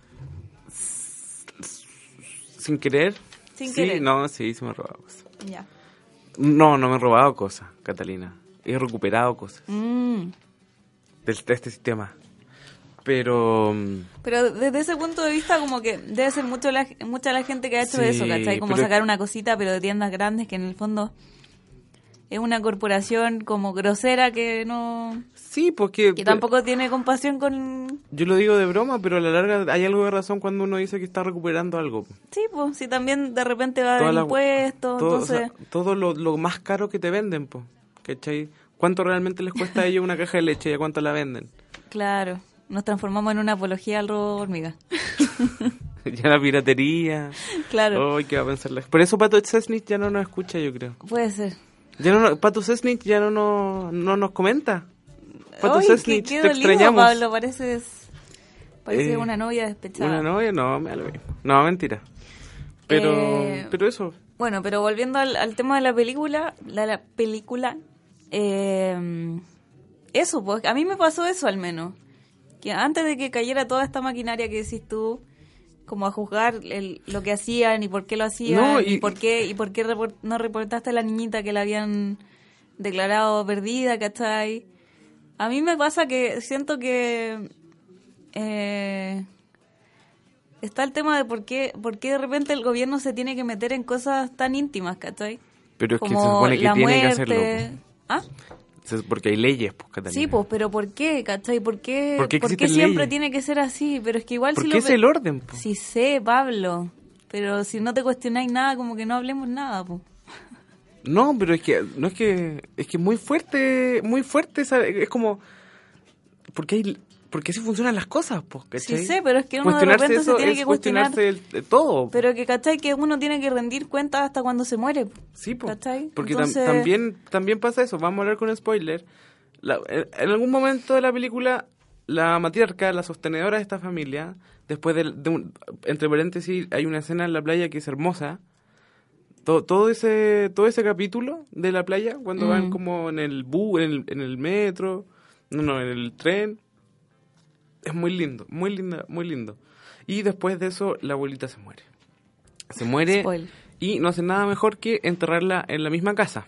S2: ¿Sin querer?
S3: Sin
S2: sí,
S3: querer.
S2: No, sí, sí me he robado cosas.
S3: Ya.
S2: No, no me he robado cosas, Catalina. He recuperado cosas
S3: Mm.
S2: del- de este sistema. Pero... mm,
S3: Pero desde ese punto de vista, como que debe ser mucho la, mucha la gente que ha hecho
S2: Sí,
S3: eso, ¿cachai? Como
S2: pero-
S3: sacar una cosita, pero de tiendas grandes que en el fondo es una corporación como grosera que no.
S2: Sí, porque...
S3: que tampoco tiene compasión con.
S2: Yo lo digo de broma, pero a la larga hay algo de razón cuando uno dice que está recuperando algo.
S3: Sí, pues, si también de repente va a
S2: Todas
S3: haber
S2: las-
S3: impuestos,
S2: todo, o
S3: entonces.
S2: sea, todo lo, lo más caro que te venden, po, ¿cachai? ¿Cuánto realmente les cuesta a ellos una caja de leche y a cuánto la venden?
S3: Claro, nos transformamos en una apología al robo de hormiga.
S2: ya la piratería.
S3: Claro,
S2: Ay, ¿qué va a pensar la- Por eso Pato Cessnich ya no nos escucha, yo creo.
S3: puede ser.
S2: Ya no, Pato Cessnich ya no, no, no nos comenta. Pato
S3: Ay,
S2: Cessnich,
S3: qué, qué
S2: te
S3: dolido,
S2: extrañamos.
S3: Pablo, pareces, pareces
S2: Eh,
S3: una novia despechada.
S2: Una novia, no, me da lo mismo. No, mentira. Pero,
S3: Eh,
S2: pero eso.
S3: Bueno, pero volviendo al, al tema de la película, la, la película, eh, eso, pues, a mí me pasó eso al menos. Que antes de que cayera toda esta maquinaria que decís tú, como a juzgar el- lo que hacían y por qué lo hacían
S2: No,
S3: y,
S2: y-
S3: por qué, y por qué repor- no reportaste a la niñita que la habían declarado perdida, ¿cachai? A mí me pasa que siento que... eh, está el tema de por qué, por qué de repente el gobierno se tiene que meter en cosas tan íntimas, ¿cachai?
S2: Pero es que se supone que
S3: la
S2: tiene que hacerlo,
S3: muerte. ¿Ah?
S2: Se- Porque hay leyes, pues, Catalina.
S3: Sí, pues, pero ¿por qué, cachai? ¿Por qué,
S2: ¿Por qué existen
S3: siempre
S2: leyes?
S3: tiene que ser así? Pero es que igual si
S2: Porque
S3: lo
S2: es
S3: pe-
S2: el orden, po.
S3: Sí sé, Pablo, pero si no te cuestionáis nada, como que no hablemos nada, pues.
S2: No, pero es que no es que es que muy fuerte, muy fuerte esa- es como porque hay porque así funcionan las cosas, pues, ¿cachai?
S3: Sí sé, pero es que uno de
S2: Cuestionarse
S3: repente se
S2: eso
S3: tiene
S2: es
S3: que cuestionar.
S2: cuestionarse el- el todo.
S3: Pero que, cachai, que uno tiene que rendir cuentas hasta cuando se muere. po.
S2: sí, po.
S3: ¿cachai?
S2: porque tam-
S3: Entonces-
S2: también también pasa eso, vamos a hablar con spoiler. La- en en algún momento de la película la matriarca, la sostenedora de esta familia, después de, de un- entre paréntesis hay una escena en la playa que es hermosa. todo, todo ese todo ese capítulo de la playa cuando
S3: Mm.
S2: van como en el bus en el, en el metro no no en el tren es muy lindo muy linda muy lindo y después de eso la abuelita se muere se muere
S3: Spoiler.
S2: y no hace nada mejor que enterrarla en la misma casa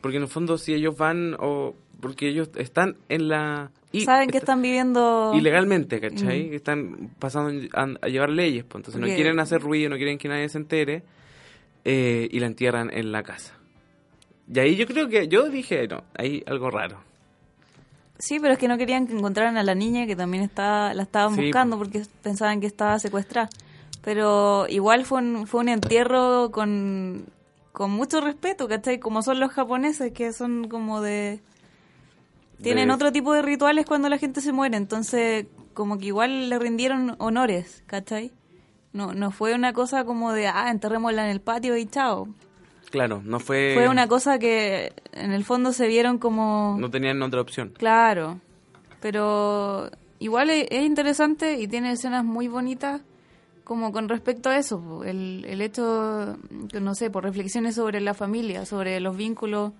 S2: porque en el fondo si ellos van o porque ellos están en la y
S3: Saben que
S2: está-
S3: están viviendo...
S2: ilegalmente, ¿cachai? Que Están pasando a, a llevar leyes, pues, entonces
S3: Porque-
S2: no quieren hacer ruido, no quieren que nadie se entere eh, y la entierran en la casa. Y ahí yo creo que yo dije, no, hay algo raro.
S3: Sí, pero es que no querían que encontraran a la niña que también estaba, la estaban
S2: Sí,
S3: buscando porque pensaban que estaba secuestrada. Pero igual fue un, fue un entierro con, con mucho respeto, ¿cachai? Como son los japoneses, que son como de... Tienen
S2: De-
S3: otro tipo de rituales cuando la gente se muere, entonces como que igual le rindieron honores, ¿cachai? No, no fue una cosa como de, ah, enterrémosla en el patio y chao.
S2: Claro, no fue...
S3: Fue una cosa que en el fondo se vieron como...
S2: No tenían otra opción.
S3: Claro, pero igual e-, es, es interesante y tiene escenas muy bonitas como con respecto a eso, po, el, el hecho, que no sé, por reflexiones sobre la familia, sobre los vínculos.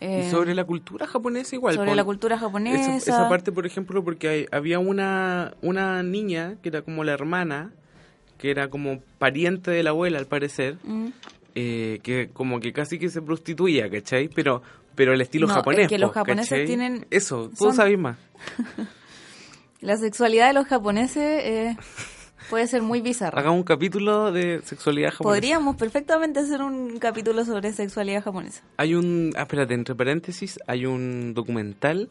S3: eh,
S2: y sobre la cultura japonesa igual.
S3: sobre
S2: pon-
S3: la cultura
S2: Esa,
S3: japonesa.
S2: esa parte, por ejemplo, porque hay- había una, una niña que era como la hermana, que era como pariente de la abuela, al parecer,
S3: Mm.
S2: eh, que como que casi que se prostituía, ¿cachai? Pero, pero el estilo
S3: No, es
S2: japonés.
S3: que los
S2: po,
S3: japoneses
S2: ¿cachai?
S3: tienen-
S2: Eso, tú
S3: son-
S2: sabes más.
S3: La sexualidad de los japoneses es eh, Puede ser muy bizarra.
S2: Haga un capítulo de sexualidad japonesa.
S3: Podríamos perfectamente hacer un capítulo sobre sexualidad japonesa.
S2: Hay un, ah, espérate, entre paréntesis, hay un documental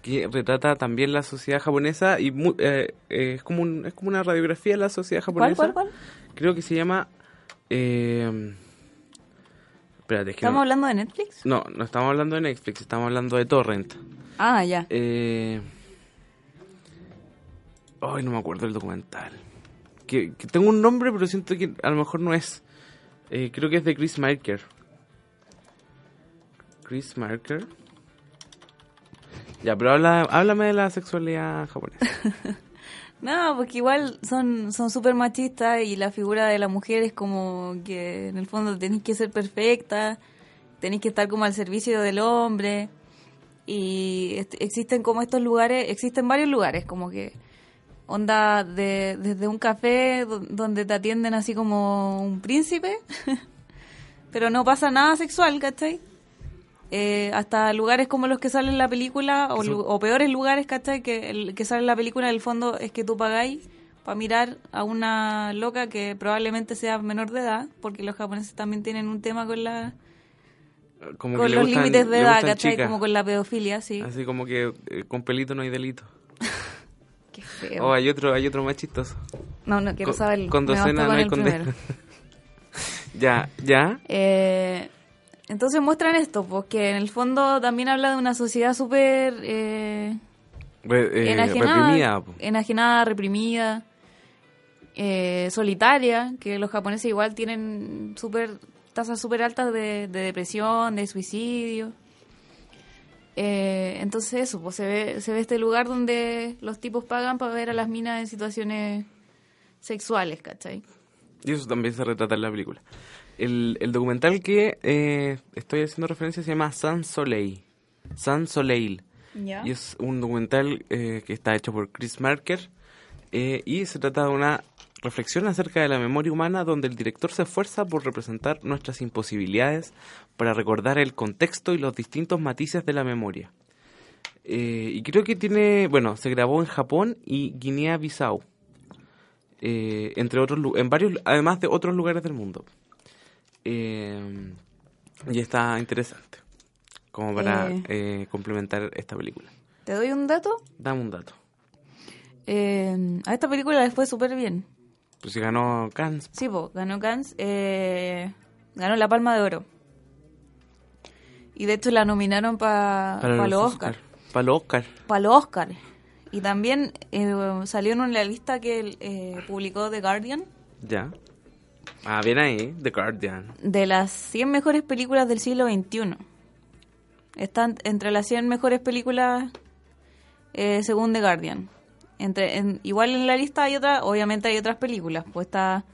S2: que retrata también la sociedad japonesa y mu- eh, eh, es, como un- es como una radiografía de la sociedad
S3: ¿Cuál,
S2: japonesa.
S3: cuál, cuál?
S2: Creo que se llama... eh, espérate, es que
S3: ¿Estamos
S2: no,
S3: hablando de Netflix?
S2: no, no estamos hablando de Netflix, estamos hablando de Torrent.
S3: Ah, ya.
S2: Eh, ay, no me acuerdo el documental. Que, que tengo un nombre, pero siento que a lo mejor no es. Eh, creo que es de Chris Marker. Chris Marker. Ya, pero habla, háblame de la sexualidad japonesa.
S3: No, porque igual son son súper machistas y la figura de la mujer es como que en el fondo tenéis que ser perfecta, tenéis que estar como al servicio del hombre. Y est- existen como estos lugares, existen varios lugares, como que onda de, desde un café do- donde te atienden así como un príncipe, pero no pasa nada sexual, ¿cachai? Eh, hasta lugares como los que salen en la película o,
S2: Que son-
S3: lu- o peores lugares, ¿cachai? Que el que sale en la película en el fondo es que tú pagáis para mirar a una loca que probablemente sea menor de edad, porque los japoneses también tienen un tema con la
S2: Como
S3: con
S2: que le
S3: los
S2: gustan-
S3: límites de
S2: le
S3: edad,
S2: gustan
S3: ¿cachai?
S2: chicas.
S3: Como con la pedofilia, sí.
S2: Así como que eh, con pelito no hay delito.
S3: Qué feo.
S2: Oh, hay otro, hay otro más chistoso.
S3: no, no quiero
S2: Con-
S3: saberlo.
S2: Con
S3: Me basta
S2: docena no
S3: con
S2: hay
S3: el
S2: condena.
S3: primero.
S2: ya, ya.
S3: Eh, entonces muestran esto, porque en el fondo también habla de una sociedad súper eh,
S2: Re- eh,
S3: enajenada,
S2: reprimida. po.
S3: enajenada, reprimida, eh, solitaria, que los japoneses igual tienen súper tasas súper altas de, de depresión, de suicidio. Eh, entonces eso, pues se ve, se ve este lugar donde los tipos pagan para ver a las minas en situaciones sexuales, ¿cachai?
S2: Y eso también se retrata en la película. El, el documental que eh, estoy haciendo referencia se llama San Soleil. San Soleil. Y es un documental eh, que está hecho por Chris Marker. eh, y se trata de una reflexión acerca de la memoria humana donde el director se esfuerza por representar nuestras imposibilidades para recordar el contexto y los distintos matices de la memoria. Eh, y creo que tiene, bueno, se grabó en Japón y Guinea-Bissau. eh, entre otros lu- en varios además de otros lugares del mundo Eh, y está interesante como para
S3: Eh.
S2: eh, complementar esta película
S3: ¿Te doy un dato?
S2: Dame un dato.
S3: Eh, a esta película le fue súper bien.
S2: Pues si ganó Cannes.
S3: Sí, po, ganó Cannes, eh, ganó la Palma de Oro. Y de hecho la nominaron para los Oscar.
S2: Para los Oscar.
S3: Para los Oscar. Y también eh, salió en una lista que eh, publicó The Guardian
S2: Ya. Ah, bien ahí. The Guardian.
S3: de las 100 mejores películas del siglo XXI. Están entre las 100 mejores películas eh, según The Guardian. Entre, en- igual en la lista hay otra, obviamente hay otras películas. Pues está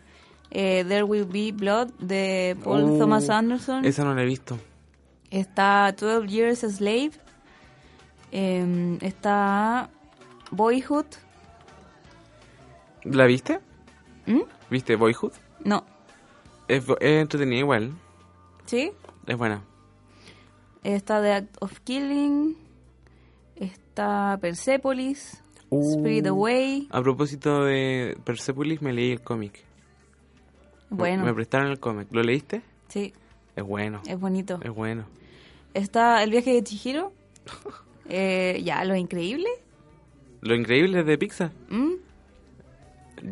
S3: eh, There Will Be Blood de Paul
S2: Uh,
S3: Thomas Anderson.
S2: Esa no la he visto.
S3: Está 12 Years a Slave. eh, está Boyhood.
S2: ¿La viste?
S3: ¿Mm?
S2: ¿Viste Boyhood?
S3: No.
S2: Es, bo- es entretenida igual.
S3: ¿Sí?
S2: Es buena.
S3: Está The Act of Killing. Está Persepolis.
S2: Uh.
S3: Spirit Away.
S2: A propósito de Persepolis, me leí el cómic. Me-
S3: Bueno,
S2: Me prestaron el cómic. ¿Lo leíste?
S3: sí,
S2: Es bueno.
S3: es bonito.
S2: Es bueno.
S3: Está El viaje de Chihiro. Eh, ya, lo increíble.
S2: Lo increíble es de Pixar.
S3: ¿Mm?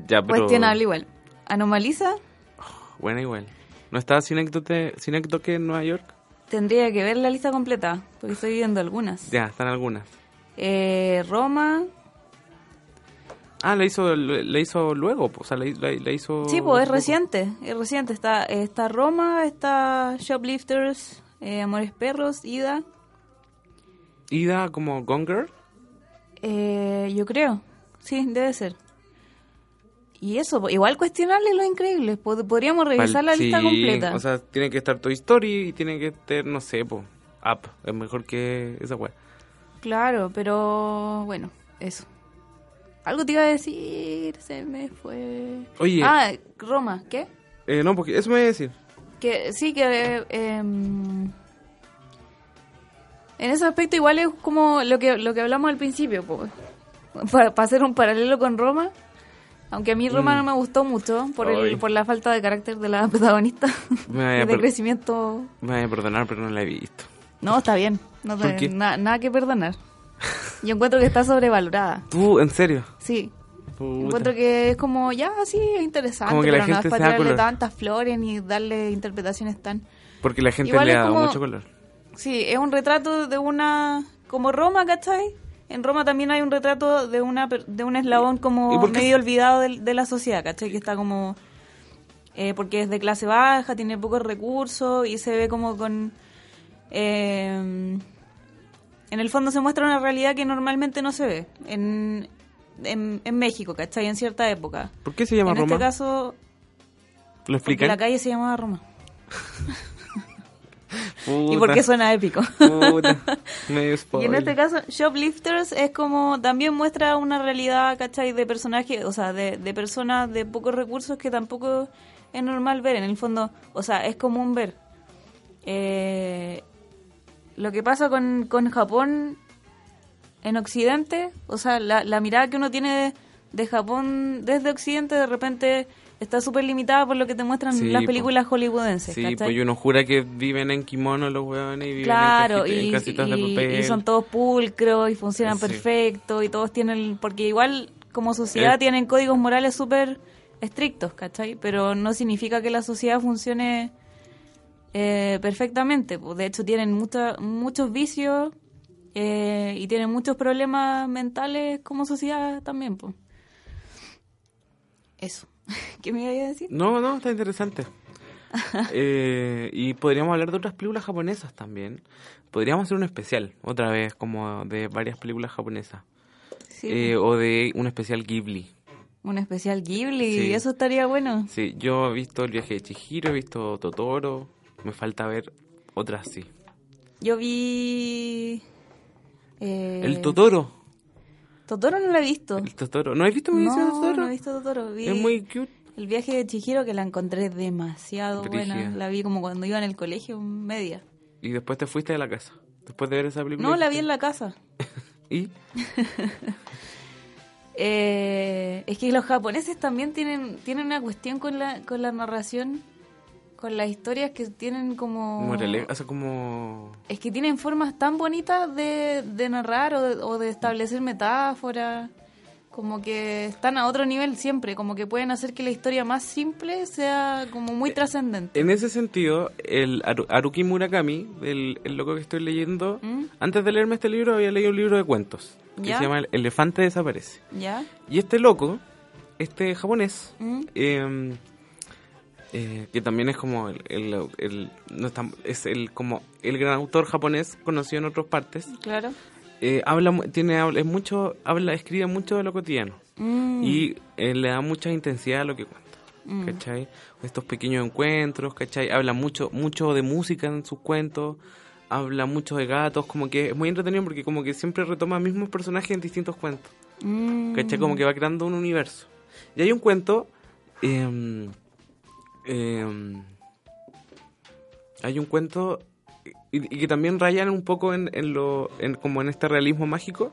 S2: Ya, pero...
S3: Cuestionable igual. Anomaliza.
S2: Buena igual. ¿No estaba Sinecdoque Sinecdoque en Nueva York?
S3: Tendría que ver la lista completa, porque estoy viendo algunas.
S2: Ya, están algunas.
S3: Eh, Roma.
S2: Ah, la hizo, la hizo luego, po, o sea, la, la- la hizo...
S3: Sí, pues
S2: Uh,
S3: es
S2: poco.
S3: reciente, es reciente. Está, eh, está Roma, está Shoplifters, eh, Amores Perros, Ida,
S2: Ida como Gonger.
S3: eh, yo creo. Sí, debe ser. Y eso, po, igual cuestionarle lo increíble. Pod- Podríamos revisar la lista completa.
S2: O sea, tiene que estar Toy Story y tiene que estar, no sé, po, Up. Es mejor que esa weá.
S3: claro, pero bueno, eso. Algo te iba a decir, se me fue.
S2: Oye.
S3: Ah, Roma, ¿qué?
S2: Eh, no, porque eso me voy a decir.
S3: Que sí, que eh, em, en ese aspecto igual es como lo que lo que hablamos al principio, po. para, para hacer un paralelo con Roma, Aunque a mí Roma
S2: Mm.
S3: no me gustó mucho por,
S2: Ay.
S3: el, por la falta de carácter de la protagonista
S2: Me vaya a
S3: y de
S2: per-
S3: crecimiento.
S2: Me voy a perdonar, pero no la he visto.
S3: No, está bien. No
S2: ¿Por
S3: te-
S2: qué?
S3: na- nada que perdonar. Yo encuentro que está sobrevalorada.
S2: ¿Tú, en serio?
S3: Sí.
S2: Puta.
S3: Encuentro que es como, ya, sí, es interesante,
S2: Como que la
S3: pero no es
S2: gente se
S3: para
S2: da
S3: tirarle
S2: color.
S3: tantas flores ni darle interpretaciones tan...
S2: Porque la gente
S3: Igual
S2: le
S3: es
S2: ha dado
S3: como-
S2: mucho color.
S3: Sí, es un retrato de una... como Roma, ¿cachai? En Roma también hay un retrato de una per- de un eslabón
S2: ¿Y
S3: como
S2: por qué
S3: medio olvidado del- de, la sociedad, ¿cachai? Que está como... eh, porque es de clase baja, tiene pocos recursos y se ve como con... eh, en el fondo se muestra una realidad que normalmente no se ve en, en, en México, ¿cachai? En cierta época.
S2: ¿Por qué se llama
S3: en
S2: Roma?
S3: este caso,
S2: ¿Lo
S3: porque
S2: explican?
S3: la calle se llamaba Roma. Y
S2: Puta,
S3: porque suena épico.
S2: puta, medio
S3: Y en
S2: spoiler.
S3: este caso, Shoplifters es como también muestra una realidad, ¿cachai? De personajes, o sea, de, de personas de pocos recursos que tampoco es normal ver. En el fondo, o sea, es común ver. Eh, lo que pasa con, con Japón en Occidente, o sea, la, la mirada que uno tiene de, de Japón desde Occidente de repente está súper limitada por lo que te muestran
S2: Sí,
S3: las
S2: po.
S3: películas hollywoodenses.
S2: Sí,
S3: ¿cachai?
S2: pues y uno jura que viven en kimono los hueones y viven en,
S3: Claro,
S2: cajita- en
S3: y,
S2: casitas de
S3: y-
S2: papel. Eh,
S3: y son todos pulcros y funcionan
S2: Sí.
S3: perfecto y todos tienen, porque igual como sociedad
S2: Eh.
S3: tienen códigos morales súper estrictos, ¿cachai? Pero no significa que la sociedad funcione eh, perfectamente. pues, De hecho, tienen mucha- muchos vicios eh, y tienen muchos problemas mentales como sociedad también. Pues. Eso. ¿Qué me iba a decir?
S2: No, no, está interesante. Eh, y podríamos hablar de otras películas japonesas también. Podríamos hacer un especial, otra vez, como de varias películas japonesas.
S3: Sí, pues.
S2: Eh, o de un especial Ghibli.
S3: un especial Ghibli,
S2: sí.
S3: eso estaría bueno.
S2: Sí, yo he visto El viaje de Chihiro, he visto Totoro. Me falta ver otras, sí.
S3: Yo vi. eh,
S2: El Totoro.
S3: Totoro no lo he visto.
S2: El Totoro. ¿No has visto mi edición de
S3: No,
S2: Totoro?
S3: no he visto Totoro. Vi
S2: Es muy cute.
S3: El viaje de Chihiro que la encontré demasiado buena.
S2: Brígida.
S3: La vi como cuando iba en el colegio, media.
S2: Y después te fuiste de la casa. Después de ver esa película.
S3: No, la vi en la casa.
S2: ¿Y?
S3: Eh, es que los japoneses también tienen, tienen una cuestión con la, con la narración, con las historias que tienen como...
S2: Morele- hace como...
S3: Es que tienen formas tan bonitas de, de narrar o de, o de establecer metáforas, como que están a otro nivel siempre, como que pueden hacer que la historia más simple sea como muy trascendente.
S2: En ese sentido, el Haru- Haruki Murakami, el, el loco que estoy leyendo,
S3: ¿Mm?
S2: antes de leerme este libro había leído un libro de cuentos que
S3: ¿Ya?
S2: se llama El elefante desaparece.
S3: ¿Ya?
S2: Y este loco, este japonés,
S3: ¿Mm?
S2: eh, eh, que también es como el, el- el- no es, tan- es el como el gran autor japonés conocido en otras partes,
S3: Claro.
S2: eh, habla mu- tiene habla- es mucho habla escribe mucho de lo cotidiano
S3: Mm,
S2: y eh, le da mucha intensidad a lo que cuenta.
S3: Mm.
S2: ¿Cachai? Estos pequeños encuentros, ¿cachai? Habla mucho, mucho de música en sus cuentos, habla mucho de gatos, como que es muy entretenido porque como que siempre retoma mismos personajes en distintos cuentos,
S3: mm.
S2: ¿cachai? Como que va creando un universo. Y hay un cuento... em, em, hay un cuento y, y que también rayan un poco en, en lo en, como en este realismo mágico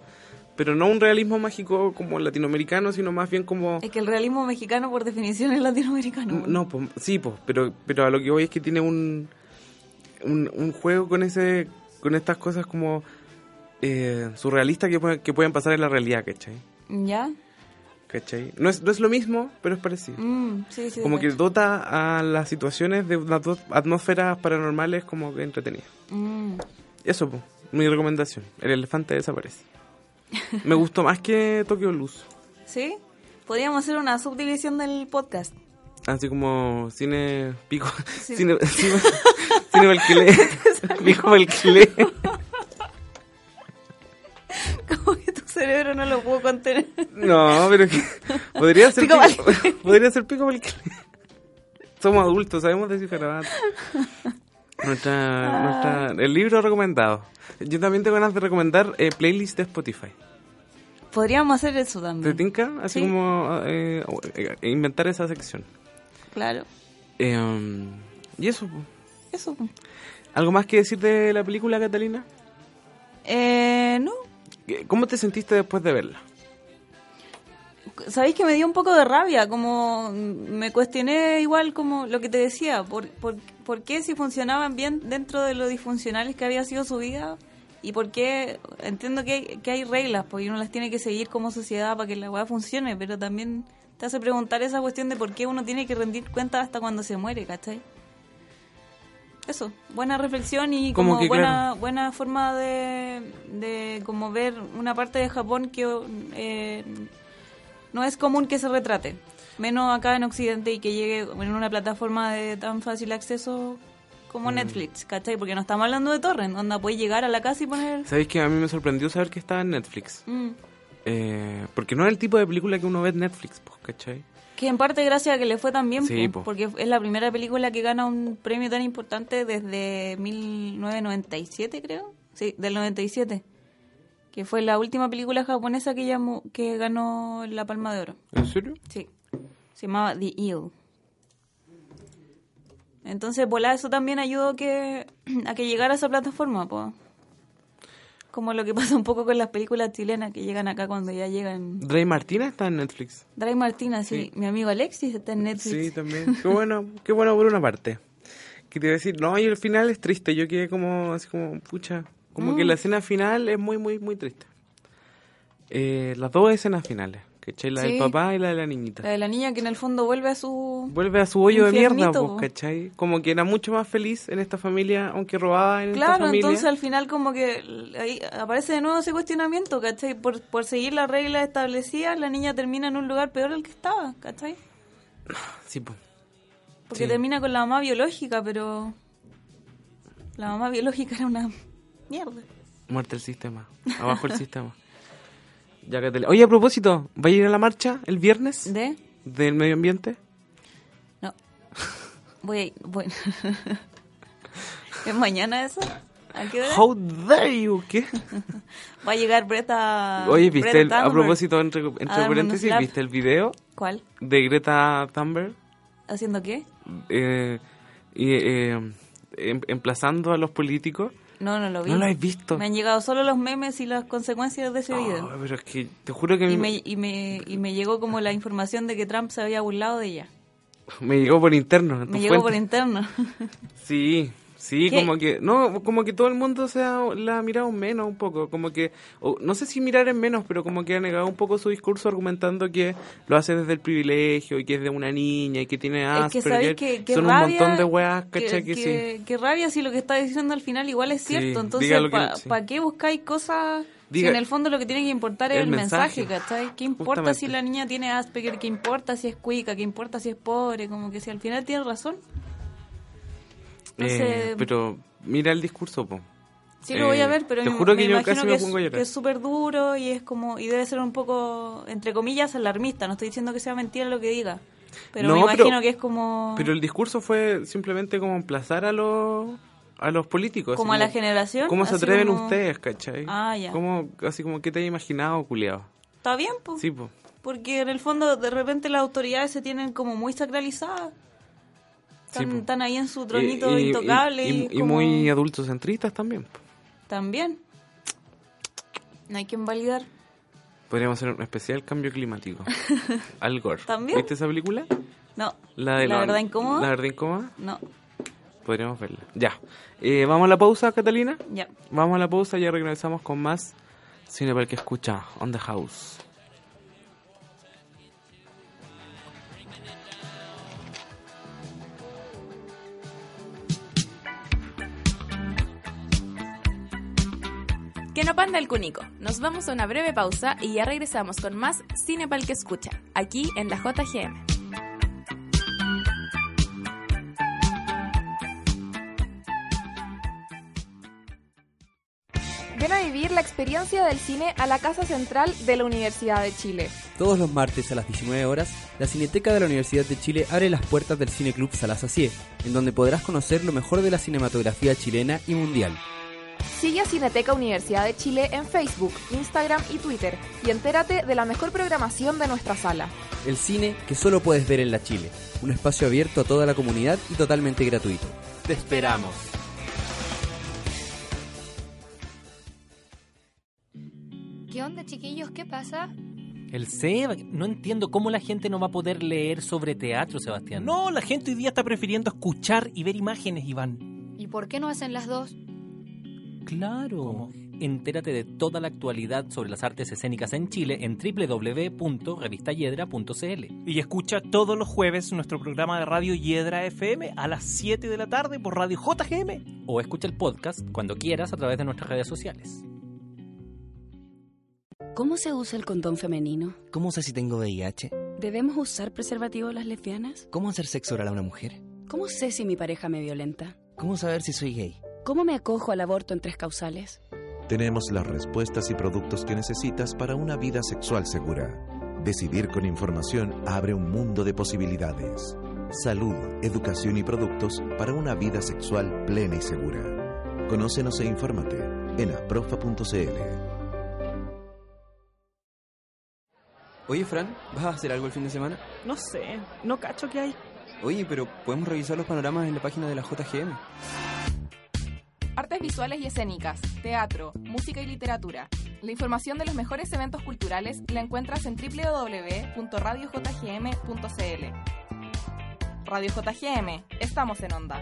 S2: pero no un realismo mágico como latinoamericano sino más bien como
S3: Es que el realismo mexicano por definición es latinoamericano.
S2: no, po, sí, po, pero, pero a lo que voy es que tiene un, un, un juego con ese con estas cosas como eh, surrealistas que, pueden- que pueden pasar en la realidad, ¿cachai?
S3: ¿Ya?
S2: ¿Cachai? No es, no es lo mismo, pero es parecido.
S3: Mm, sí, sí.
S2: Como que
S3: cacho.
S2: dota a las situaciones de unas dos atmósferas paranormales como que entretenidas.
S3: Mm.
S2: Eso, po, mi recomendación. El elefante desaparece. Me gustó más que Tokyo Luz.
S3: ¿Sí? Podríamos hacer una subdivisión del podcast.
S2: Así como cine pico.
S3: Sí.
S2: Cine, cine, cine Valquilé. pico Valquilé.
S3: Como que tu cerebro no lo pudo contener.
S2: No, pero que, podría ser
S3: Pico
S2: pico, podría ser pico Valquilé. Somos adultos, sabemos decir garabato.
S3: Ah.
S2: Nuestra, nuestra, el libro recomendado. Yo también tengo ganas de recomendar eh, playlist de Spotify.
S3: Podríamos hacer eso
S2: ¿Te
S3: también.
S2: tinca? Así
S3: Mm. Sí.
S2: como eh, eh, inventar esa sección.
S3: Claro.
S2: Eh, um, y eso. po.
S3: Eso. pues.
S2: ¿Algo más que decir de la película, Catalina?
S3: Eh, no.
S2: ¿Cómo te sentiste después de verla?
S3: sabéis que me dio un poco de rabia, como me cuestioné igual como lo que te decía, por, por, por qué si funcionaban bien dentro de lo disfuncionales que había sido su vida y por qué entiendo que hay, que hay reglas, porque uno las tiene que seguir como sociedad para que la weá funcione, pero también te hace preguntar esa cuestión de por qué uno tiene que rendir cuenta hasta cuando se muere, ¿cachai? Eso, buena reflexión y
S2: Como
S3: como,
S2: que,
S3: buena,
S2: claro.
S3: buena forma de, de como ver una parte de Japón que eh, no es común que se retrate, menos acá en Occidente y que llegue en una plataforma de tan fácil acceso como Netflix, ¿cachai? Porque no estamos hablando de torrent, donde puedes llegar a la casa y poner...
S2: ¿Sabéis que a mí me sorprendió saber que estaba en Netflix?
S3: Mm.
S2: Eh, porque no es el tipo de película que uno ve en Netflix, pues, ¿cachai?
S3: Que en parte gracias a que le fue tan bien,
S2: Sí,
S3: po,
S2: po.
S3: porque es la primera película que gana un premio tan importante desde 1997, creo. Sí, del 97. Que fue la última película japonesa que, llamó, que ganó la Palma de Oro.
S2: ¿En serio?
S3: Sí. Se llamaba The Ill. Entonces, por eso también ayudó que, a que llegara a esa plataforma, po. Como lo que pasa un poco con las películas chilenas que llegan acá cuando ya llegan.
S2: Dray Martina está en Netflix.
S3: Dray Martina, sí. Mi amigo Alexis está en Netflix.
S2: Sí, también. Qué bueno, qué bueno por una parte. Que te iba a decir, no, y el final es triste. Yo quedé como, así como, pucha. Como
S3: Mm.
S2: que la escena final es muy, muy, muy triste. Eh, las dos escenas finales, ¿cachai? La del
S3: Sí.
S2: papá y la de la
S3: La
S2: niñita.
S3: de la niña que en el fondo vuelve a su...
S2: Vuelve a su hoyo de mierda,
S3: Infiernito,
S2: pues,
S3: po.
S2: ¿cachai? Como que era mucho más feliz en esta familia, aunque robada en esta
S3: Claro,
S2: familia.
S3: entonces al final como que l- ahí aparece de nuevo ese cuestionamiento, ¿cachai? Por, por seguir las reglas establecidas, la niña termina en un lugar peor al que estaba, ¿cachai?
S2: Sí, pues.
S3: Porque
S2: Sí.
S3: termina con la mamá biológica, pero... La mamá biológica era una mierda.
S2: Muerte el sistema. Abajo el sistema. Ya que te le- Oye, a propósito, ¿va a ir a la marcha el viernes
S3: ¿De?
S2: del medio ambiente?
S3: No. Voy a ir- Bueno. ¿Es mañana eso? ¿A qué hora?
S2: How dare you, ¿qué?
S3: Va a llegar Breta...
S2: Oye, viste,
S3: Ah, Greta
S2: el- a
S3: Thunberg. Ah,
S2: propósito, entre, entre
S3: darme un
S2: paréntesis,
S3: slap.
S2: viste el video
S3: ¿Cuál?
S2: de Greta Thunberg
S3: ¿Haciendo qué?
S2: eh, y, eh, em- emplazando a los políticos.
S3: No, no lo vi.
S2: No lo has visto. Ah,
S3: Me han llegado solo los memes y las consecuencias de ese video.
S2: Ay, pero es que te juro que
S3: Y
S2: me,
S3: me, y, me, y me llegó como la información de que Trump se había burlado de ella.
S2: me llegó por interno. en tu
S3: Me llegó por
S2: cuenta.
S3: interno.
S2: Sí, sí,
S3: ¿Qué?
S2: como que no, como que todo el mundo se ha, la ha mirado menos un poco, como que o no sé si mirar en menos, pero como que ha negado un poco su discurso argumentando que lo hace desde el privilegio y que es de una niña y que tiene
S3: es que sabéis
S2: Asperger,
S3: que, que
S2: Ah, son
S3: rabia,
S2: un montón de weas,
S3: que-
S2: ¿cachai? Que,
S3: que,
S2: sí.
S3: que rabia si lo que está diciendo al final igual es
S2: Sí,
S3: cierto.
S2: diga
S3: Entonces,
S2: lo que-
S3: ¿para
S2: sí.
S3: qué buscáis cosas? si
S2: Diga-
S3: en el fondo lo que tiene que importar es
S2: el
S3: el, mensaje,
S2: mensaje.
S3: ¿cachai? ¿Qué importa
S2: Justamente.
S3: si la niña tiene Asperger? ¿Qué importa si es cuica? ¿Qué importa si es pobre? Como que si al final tiene razón.
S2: Eh,
S3: Entonces,
S2: pero mira el discurso, po.
S3: Sí, lo voy a
S2: Eh,
S3: ver, pero
S2: te
S3: me,
S2: juro que
S3: me
S2: yo
S3: imagino
S2: casi
S3: que,
S2: me
S3: es-
S2: pongo a llorar.
S3: que es súper duro y es como y debe ser un poco, entre comillas, alarmista. No estoy diciendo que sea mentira lo que diga, pero
S2: No,
S3: me
S2: pero-
S3: imagino que es como,
S2: Pero el discurso fue simplemente como emplazar a los a los políticos. así
S3: como a la generación.
S2: ¿Cómo se
S3: así
S2: atreven
S3: como-
S2: ustedes, cachai?
S3: Ah, ya.
S2: ¿Cómo, así como, ¿qué te has imaginado, culiao?
S3: Está bien, pues,
S2: Sí, po.
S3: porque en el fondo de repente las autoridades se tienen como muy sacralizadas. Están,
S2: po.
S3: están ahí en su
S2: Y-
S3: tronito
S2: y-
S3: intocable.
S2: y,
S3: Y,
S2: y
S3: como-
S2: muy adultocentristas también. po.
S3: También. No hay quien validar.
S2: Podríamos hacer un especial cambio climático. Al Gore.
S3: También.
S2: ¿Viste esa película?
S3: No.
S2: La, de
S3: verdad incómoda.
S2: La verdad incómoda.
S3: No,
S2: Podríamos verla. Ya. Eh, Vamos a la pausa, Catalina.
S3: ya.
S2: Vamos a la pausa y ya regresamos con más Cine para el que escucha. On the House.
S5: Que no panda el cunico. Nos vamos a una breve pausa y ya regresamos con más Cine Pal que escucha, aquí en la JGM.
S6: Ven a vivir la experiencia del cine a la Casa Central de la Universidad de Chile.
S7: Todos los martes a las 19 horas, la Cineteca de la Universidad de Chile abre las puertas del Cine Club Salasacie, en donde podrás conocer lo mejor de la cinematografía chilena y mundial.
S6: Sigue a Cineteca Universidad de Chile en Facebook, Instagram y Twitter y entérate de la mejor programación de nuestra sala.
S7: El cine que solo puedes ver en la Chile, un espacio abierto a toda la comunidad y totalmente gratuito. ¡Te esperamos!
S8: ¿Qué onda, chiquillos? ¿Qué pasa? El Seba,
S9: No entiendo cómo la gente no va a poder leer sobre teatro, Sebastián.
S8: No, la gente hoy día está prefiriendo escuchar y ver imágenes, Iván.
S10: ¿Y por qué no hacen las dos?
S9: claro. Entérate de toda la actualidad sobre las artes escénicas en Chile en www.revistayedra.cl.
S8: Y escucha todos los jueves nuestro programa de radio Hiedra FM a las 7 de la tarde por Radio JGM.
S9: O escucha el podcast cuando quieras a través de nuestras redes sociales.
S11: ¿Cómo se usa el condón femenino?
S12: ¿Cómo sé si tengo VIH?
S11: ¿Debemos usar preservativo las lesbianas?
S12: ¿Cómo hacer sexo oral a una mujer?
S11: ¿Cómo sé si mi pareja me violenta?
S12: ¿Cómo saber si soy gay?
S11: ¿Cómo me acojo al aborto en tres causales?
S13: Tenemos las respuestas y productos que necesitas para una vida sexual segura. Decidir con información abre un mundo de posibilidades. Salud, educación y productos para una vida sexual plena y segura. Conócenos e infórmate en aprofa.cl.
S7: Oye, Fran, ¿vas a hacer algo el fin de semana?
S14: No sé, no cacho que hay.
S7: Oye, pero podemos revisar los panoramas en la página de la JGM.
S5: Artes visuales y escénicas, teatro, música y literatura. La información de los mejores eventos culturales la encuentras en www.radiojgm.cl. Radio JGM, estamos en onda.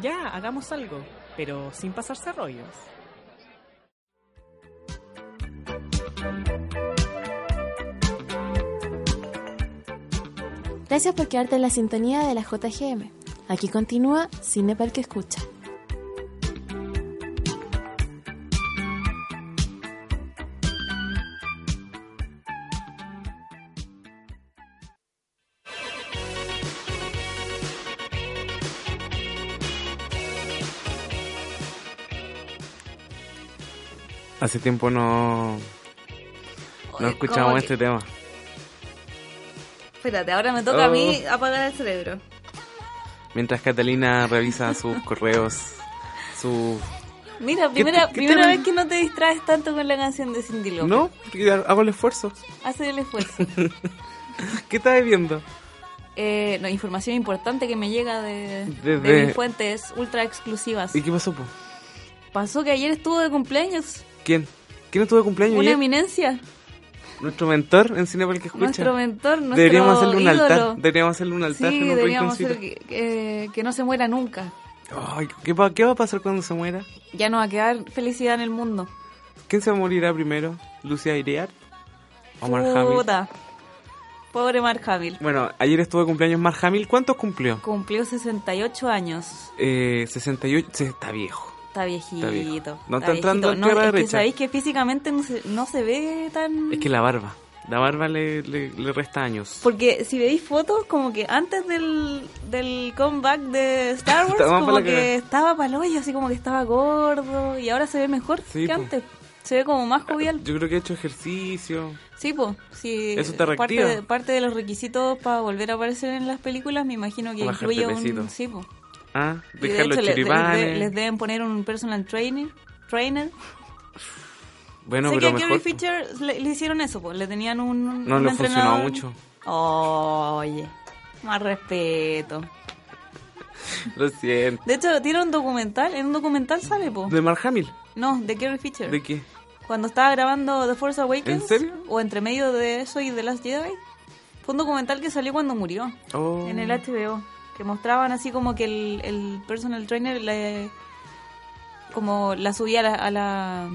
S14: Ya, hagamos algo, pero sin pasarse rollos.
S15: Gracias por quedarte en la sintonía de la JGM. Aquí continúa Cinepal que escucha.
S2: Hace tiempo no, no escuchamos
S3: que-
S2: este tema.
S3: Espérate, ahora me toca a
S2: Oh.
S3: mí apagar el cerebro.
S2: Mientras Catalina revisa sus correos, su...
S3: Mira,
S2: ¿Qué
S3: primera,
S2: te- qué te-
S3: primera vez que no te distraes tanto con la canción de Cindy Lauper.
S2: No, porque hago el esfuerzo.
S3: Hace el esfuerzo.
S2: ¿Qué estás viendo?
S3: Eh, no, información importante que me llega de,
S2: De-
S3: de
S2: de-
S3: mis fuentes ultra exclusivas.
S2: ¿Y qué pasó, po?
S3: Pasó que ayer estuvo de cumpleaños.
S2: ¿Quién? ¿Quién estuvo de cumpleaños
S3: Una
S2: ayer?
S3: eminencia.
S2: Nuestro mentor en Cine para el que escucha.
S3: Nuestro mentor, nuestro
S2: deberíamos hacerle un
S3: ídolo.
S2: altar. Deberíamos hacerle un altar
S3: Sí,
S2: en un
S3: deberíamos
S2: rinconcito.
S3: hacer que, que- que no se muera nunca.
S2: Ay, ¿qué, va, qué va a pasar cuando se muera?
S3: Ya no va a quedar felicidad en el mundo.
S2: ¿Quién se morirá primero? ¿Lucia Iriar? ¿Omar Hamill?
S3: Puta. Pobre Mark Hamill.
S2: Bueno, ayer estuvo de cumpleaños Mark Hamill. ¿Cuántos cumplió?
S3: Cumplió 68 años.
S2: Eh, 68. Sí, está viejo.
S3: Está viejito.
S2: Está viejo. No está
S3: viejito.
S2: entrando en
S3: No,
S2: tierra
S3: es que
S2: derecha.
S3: sabéis que físicamente no se, no se ve tan...
S2: Es que la barba. La barba le, le- le resta años.
S3: Porque si veis fotos, como que antes del, del comeback de Star Wars,
S2: Estaba más
S3: como
S2: para la
S3: que
S2: cagada.
S3: estaba paloyo, así como que estaba gordo, y ahora se ve mejor
S2: Sí,
S3: que
S2: po.
S3: antes. Se ve como más jovial.
S2: Yo creo que ha hecho ejercicio.
S3: Sí, pues, sí.
S2: Eso te
S3: parte,
S2: reactiva.
S3: de, parte de los requisitos para volver a aparecer en las películas, me imagino que
S2: Bajar
S3: incluye
S2: pepecito.
S3: un... Sí, po.
S2: Ah,
S3: Y
S2: dejar los
S3: le-
S2: chiripanes.
S3: les, de- les deben poner un personal trainer. trainer.
S2: Bueno,
S3: sé que
S2: pero
S3: a Carrie
S2: mejor.
S3: Fisher le, le hicieron eso, pues, le tenían un... un-
S2: No
S3: un
S2: le funcionó
S3: entrenador.
S2: mucho.
S3: Oye, más respeto.
S2: Lo siento.
S3: De hecho, tiene un documental. En un documental sale, po.
S2: ¿De Mark Hamill?
S3: No, de Carrie Fisher.
S2: ¿De qué?
S3: Cuando estaba grabando The Force Awakens.
S2: ¿En serio?
S3: O entre medio de eso y The Last Jedi. Fue un documental que salió cuando murió.
S2: Oh.
S3: En el HBO. Que mostraban así como que el, el personal trainer le... Como la subía a la... A la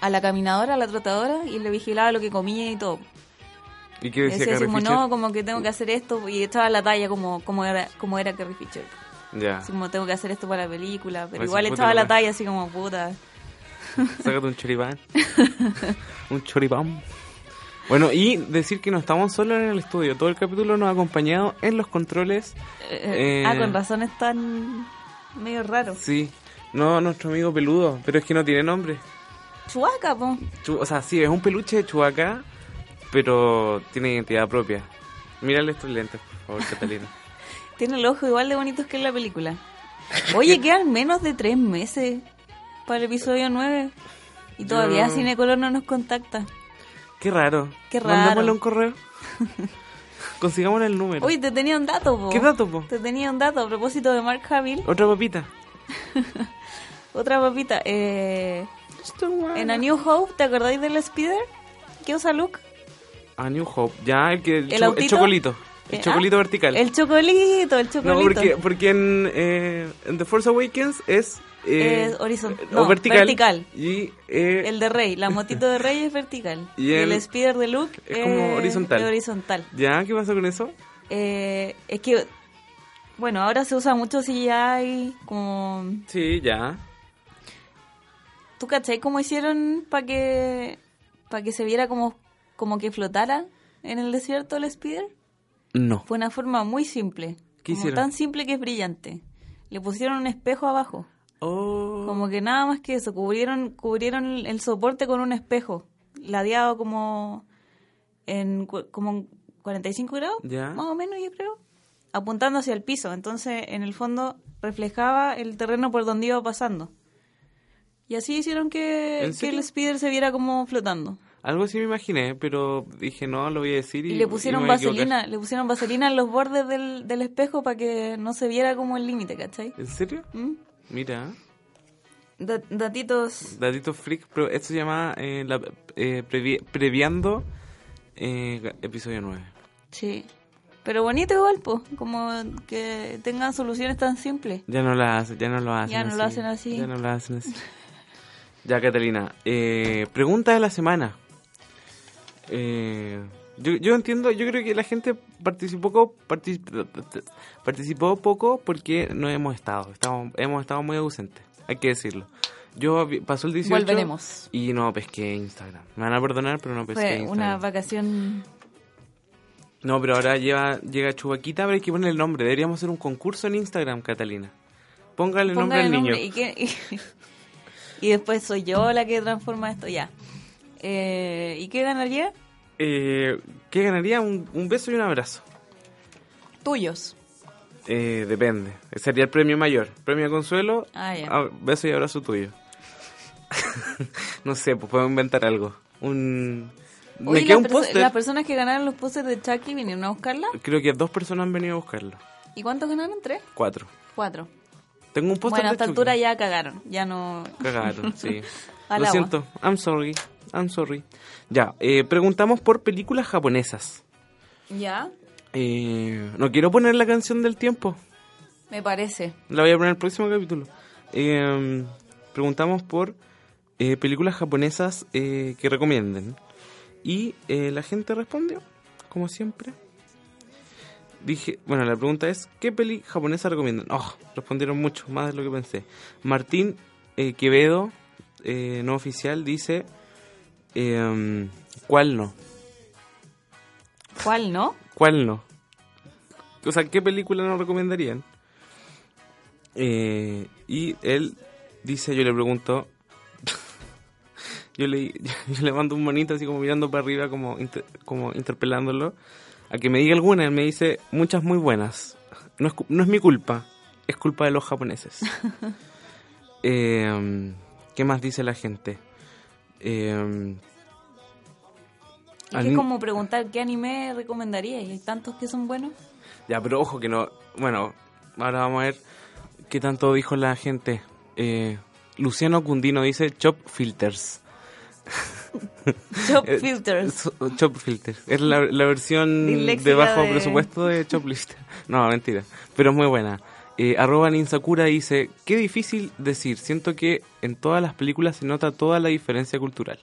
S3: a la caminadora, a la trotadora, y le vigilaba lo que comía y todo.
S2: ¿Y qué
S3: Y
S2: decía
S3: decía así
S2: Carrie
S3: como,
S2: Fisher?
S3: no, como que tengo que hacer esto, y estaba la talla como, como, era, como era Carrie Fisher.
S2: Ya.
S3: Así como tengo que hacer esto para la película, pero
S2: Así,
S3: igual
S2: Pues puta
S3: echaba
S2: la
S3: la
S2: wea.
S3: talla así como puta.
S2: Sácate un choripán. un choripán. Bueno, y decir que no estamos solos en el estudio. Todo el capítulo nos ha acompañado en los controles.
S3: Eh,
S2: Eh,
S3: Ah, con razones tan medio raro.
S2: Sí. No, nuestro amigo peludo, pero es que no tiene nombre.
S3: Chuaca, po.
S2: Chu- o sea, sí, es un peluche de Chubaca, pero tiene identidad propia. Mírale estos lentes, por favor, Catalina.
S3: Tiene el ojo igual de bonitos que en la película. Oye, quedan menos de tres meses para el episodio 9. Y todavía
S2: Yo-
S3: Cinecolor no nos contacta.
S2: Qué raro.
S3: Qué raro.
S2: Mandémosle un correo. Consigámosle el número.
S3: Oye, te tenía un dato, po.
S2: ¿Qué dato, po?
S3: Te tenía un dato a propósito de Mark Hamill.
S2: Otra papita.
S3: Otra papita. Eh... En A New Hope, ¿te acordáis del Spider? qué usa Luke?
S2: A Ah, New Hope, ya, el que el,
S3: ¿El
S2: cho- el
S3: autito?
S2: chocolito. El
S3: Eh,
S2: chocolito
S3: ah,
S2: vertical.
S3: El chocolito, el chocolito.
S2: No, porque, porque en, eh, en The Force Awakens es... eh,
S3: Es horizontal.
S2: o
S3: No,
S2: vertical.
S3: vertical.
S2: Y, eh,
S3: El de Rey, la motito de Rey es vertical.
S2: Y
S3: Y
S2: el-
S3: el, speeder de Luke
S2: es como horizontal.
S3: es horizontal.
S2: ¿Ya? ¿Qué pasó con eso?
S3: Eh, es que, bueno, ahora se usa mucho CGI, como...
S2: Sí, ya.
S3: ¿Tú cachai cómo hicieron para que, para que se viera como, como que flotara en el desierto el speeder?
S2: No.
S3: Fue una forma muy simple.
S2: ¿Qué
S3: como
S2: hicieron?
S3: Tan simple que es brillante. Le pusieron un espejo abajo.
S2: Oh.
S3: Como que nada más que eso. Cubrieron, cubrieron el- el soporte con un espejo. Ladeado como en, cu- como en 45 grados,
S2: Ya.
S3: más o menos yo creo. Apuntando hacia el piso. Entonces, en el fondo, reflejaba el terreno por donde iba pasando. Y así hicieron que,
S2: ¿En
S3: que
S2: serio?
S3: el speeder se viera como flotando.
S2: Algo así me imaginé, pero dije, no, lo voy a decir y...
S3: Y le pusieron
S2: y me voy a equivocar.
S3: vaselina, le pusieron vaselina en los bordes del, del espejo para que no se viera como el límite, ¿cachai?
S2: ¿En serio?
S3: ¿Mm?
S2: Mira,
S3: Da- datitos.
S2: Dadito Freak, pero esto se llama eh, la- eh, previ- Previando eh, Episodio 9.
S3: Sí. Pero bonito igual, po, como que tengan soluciones tan simples.
S2: Ya no la hace- ya no lo hacen
S3: Ya no
S2: así.
S3: lo hacen así.
S2: Ya no lo hacen así. ya, Catalina. eh, pregunta de la semana. Eh, yo, yo entiendo, yo creo que la gente participó, co- particip- participó poco porque no hemos estado. estamos- hemos estado muy ausentes, hay que decirlo. Yo vi- pasó el 18
S3: Volveremos.
S2: y no pesqué Instagram. Me van a perdonar, pero no pesqué
S3: Fue
S2: Instagram.
S3: una vacación.
S2: No, pero ahora lleva, llega Chubaquita, pero hay que poner el nombre. Deberíamos hacer un concurso en Instagram, Catalina. Póngale el nombre
S3: Póngale
S2: al niño.
S3: nombre Y, que- y- y después soy yo la que transforma esto ya. Eh, ¿Y qué ganaría?
S2: Eh, ¿Qué ganaría? Un, un beso y un abrazo.
S3: Tuyos.
S2: Eh, depende. Ese Sería el premio mayor. Premio de consuelo,
S3: Ah, ya.
S2: a- beso y abrazo tuyo. no sé, pues puedo inventar algo. Un...
S3: Oye,
S2: Me queda
S3: las
S2: un
S3: perso- las
S2: póster.
S3: personas que ganaron los pósters de Chucky vinieron a buscarla.
S2: Creo que dos personas han venido a buscarlo.
S3: ¿Y cuántos ganaron? ¿Tres?
S2: Cuatro.
S3: Cuatro.
S2: Tengo un póster
S3: Bueno, a
S2: de
S3: esta
S2: Chucky.
S3: altura ya cagaron. Ya no.
S2: Cagaron, sí.
S3: Al
S2: Lo
S3: agua.
S2: siento, I'm sorry, I'm sorry. Ya, eh, preguntamos por películas japonesas.
S3: Ya,
S2: Eh, no quiero poner la canción del tiempo,
S3: me parece.
S2: la voy a poner en el próximo capítulo. Eh, preguntamos por eh, películas japonesas eh, que recomienden. Y eh, la gente respondió, como siempre. Dije, bueno, la pregunta es, ¿qué peli japonesa recomiendan? Oh, respondieron mucho, más de lo que pensé. Martín eh, Quevedo, eh, no oficial, dice, em, ¿cuál no?
S3: ¿Cuál no?
S2: ¿Cuál no? O sea, ¿qué película nos recomendarían? Eh, y él dice, yo le pregunto, yo le, yo le mando un monito así como mirando para arriba, como, inter- como interpelándolo, a que me diga alguna, él me dice, muchas muy buenas. No es, cu- no es mi culpa, es culpa de los japoneses. Eh, ¿Qué más dice la gente? Eh,
S3: Es que
S2: al-
S3: es como preguntar qué anime recomendaría y hay tantos que son buenos.
S2: Ya, pero ojo que no. Bueno, ahora vamos a ver qué tanto dijo la gente. Eh, Luciano Cundino dice Chop Filters.
S3: Chop
S2: Eh,
S3: Filters.
S2: so- Chop Filters. Es la, la versión
S3: Disléxica
S2: de bajo
S3: de-
S2: presupuesto de Chop List. No, mentira. Pero es muy buena. Eh, arroba Ninsakura dice, qué difícil decir. Siento que en todas las películas se nota toda la diferencia cultural.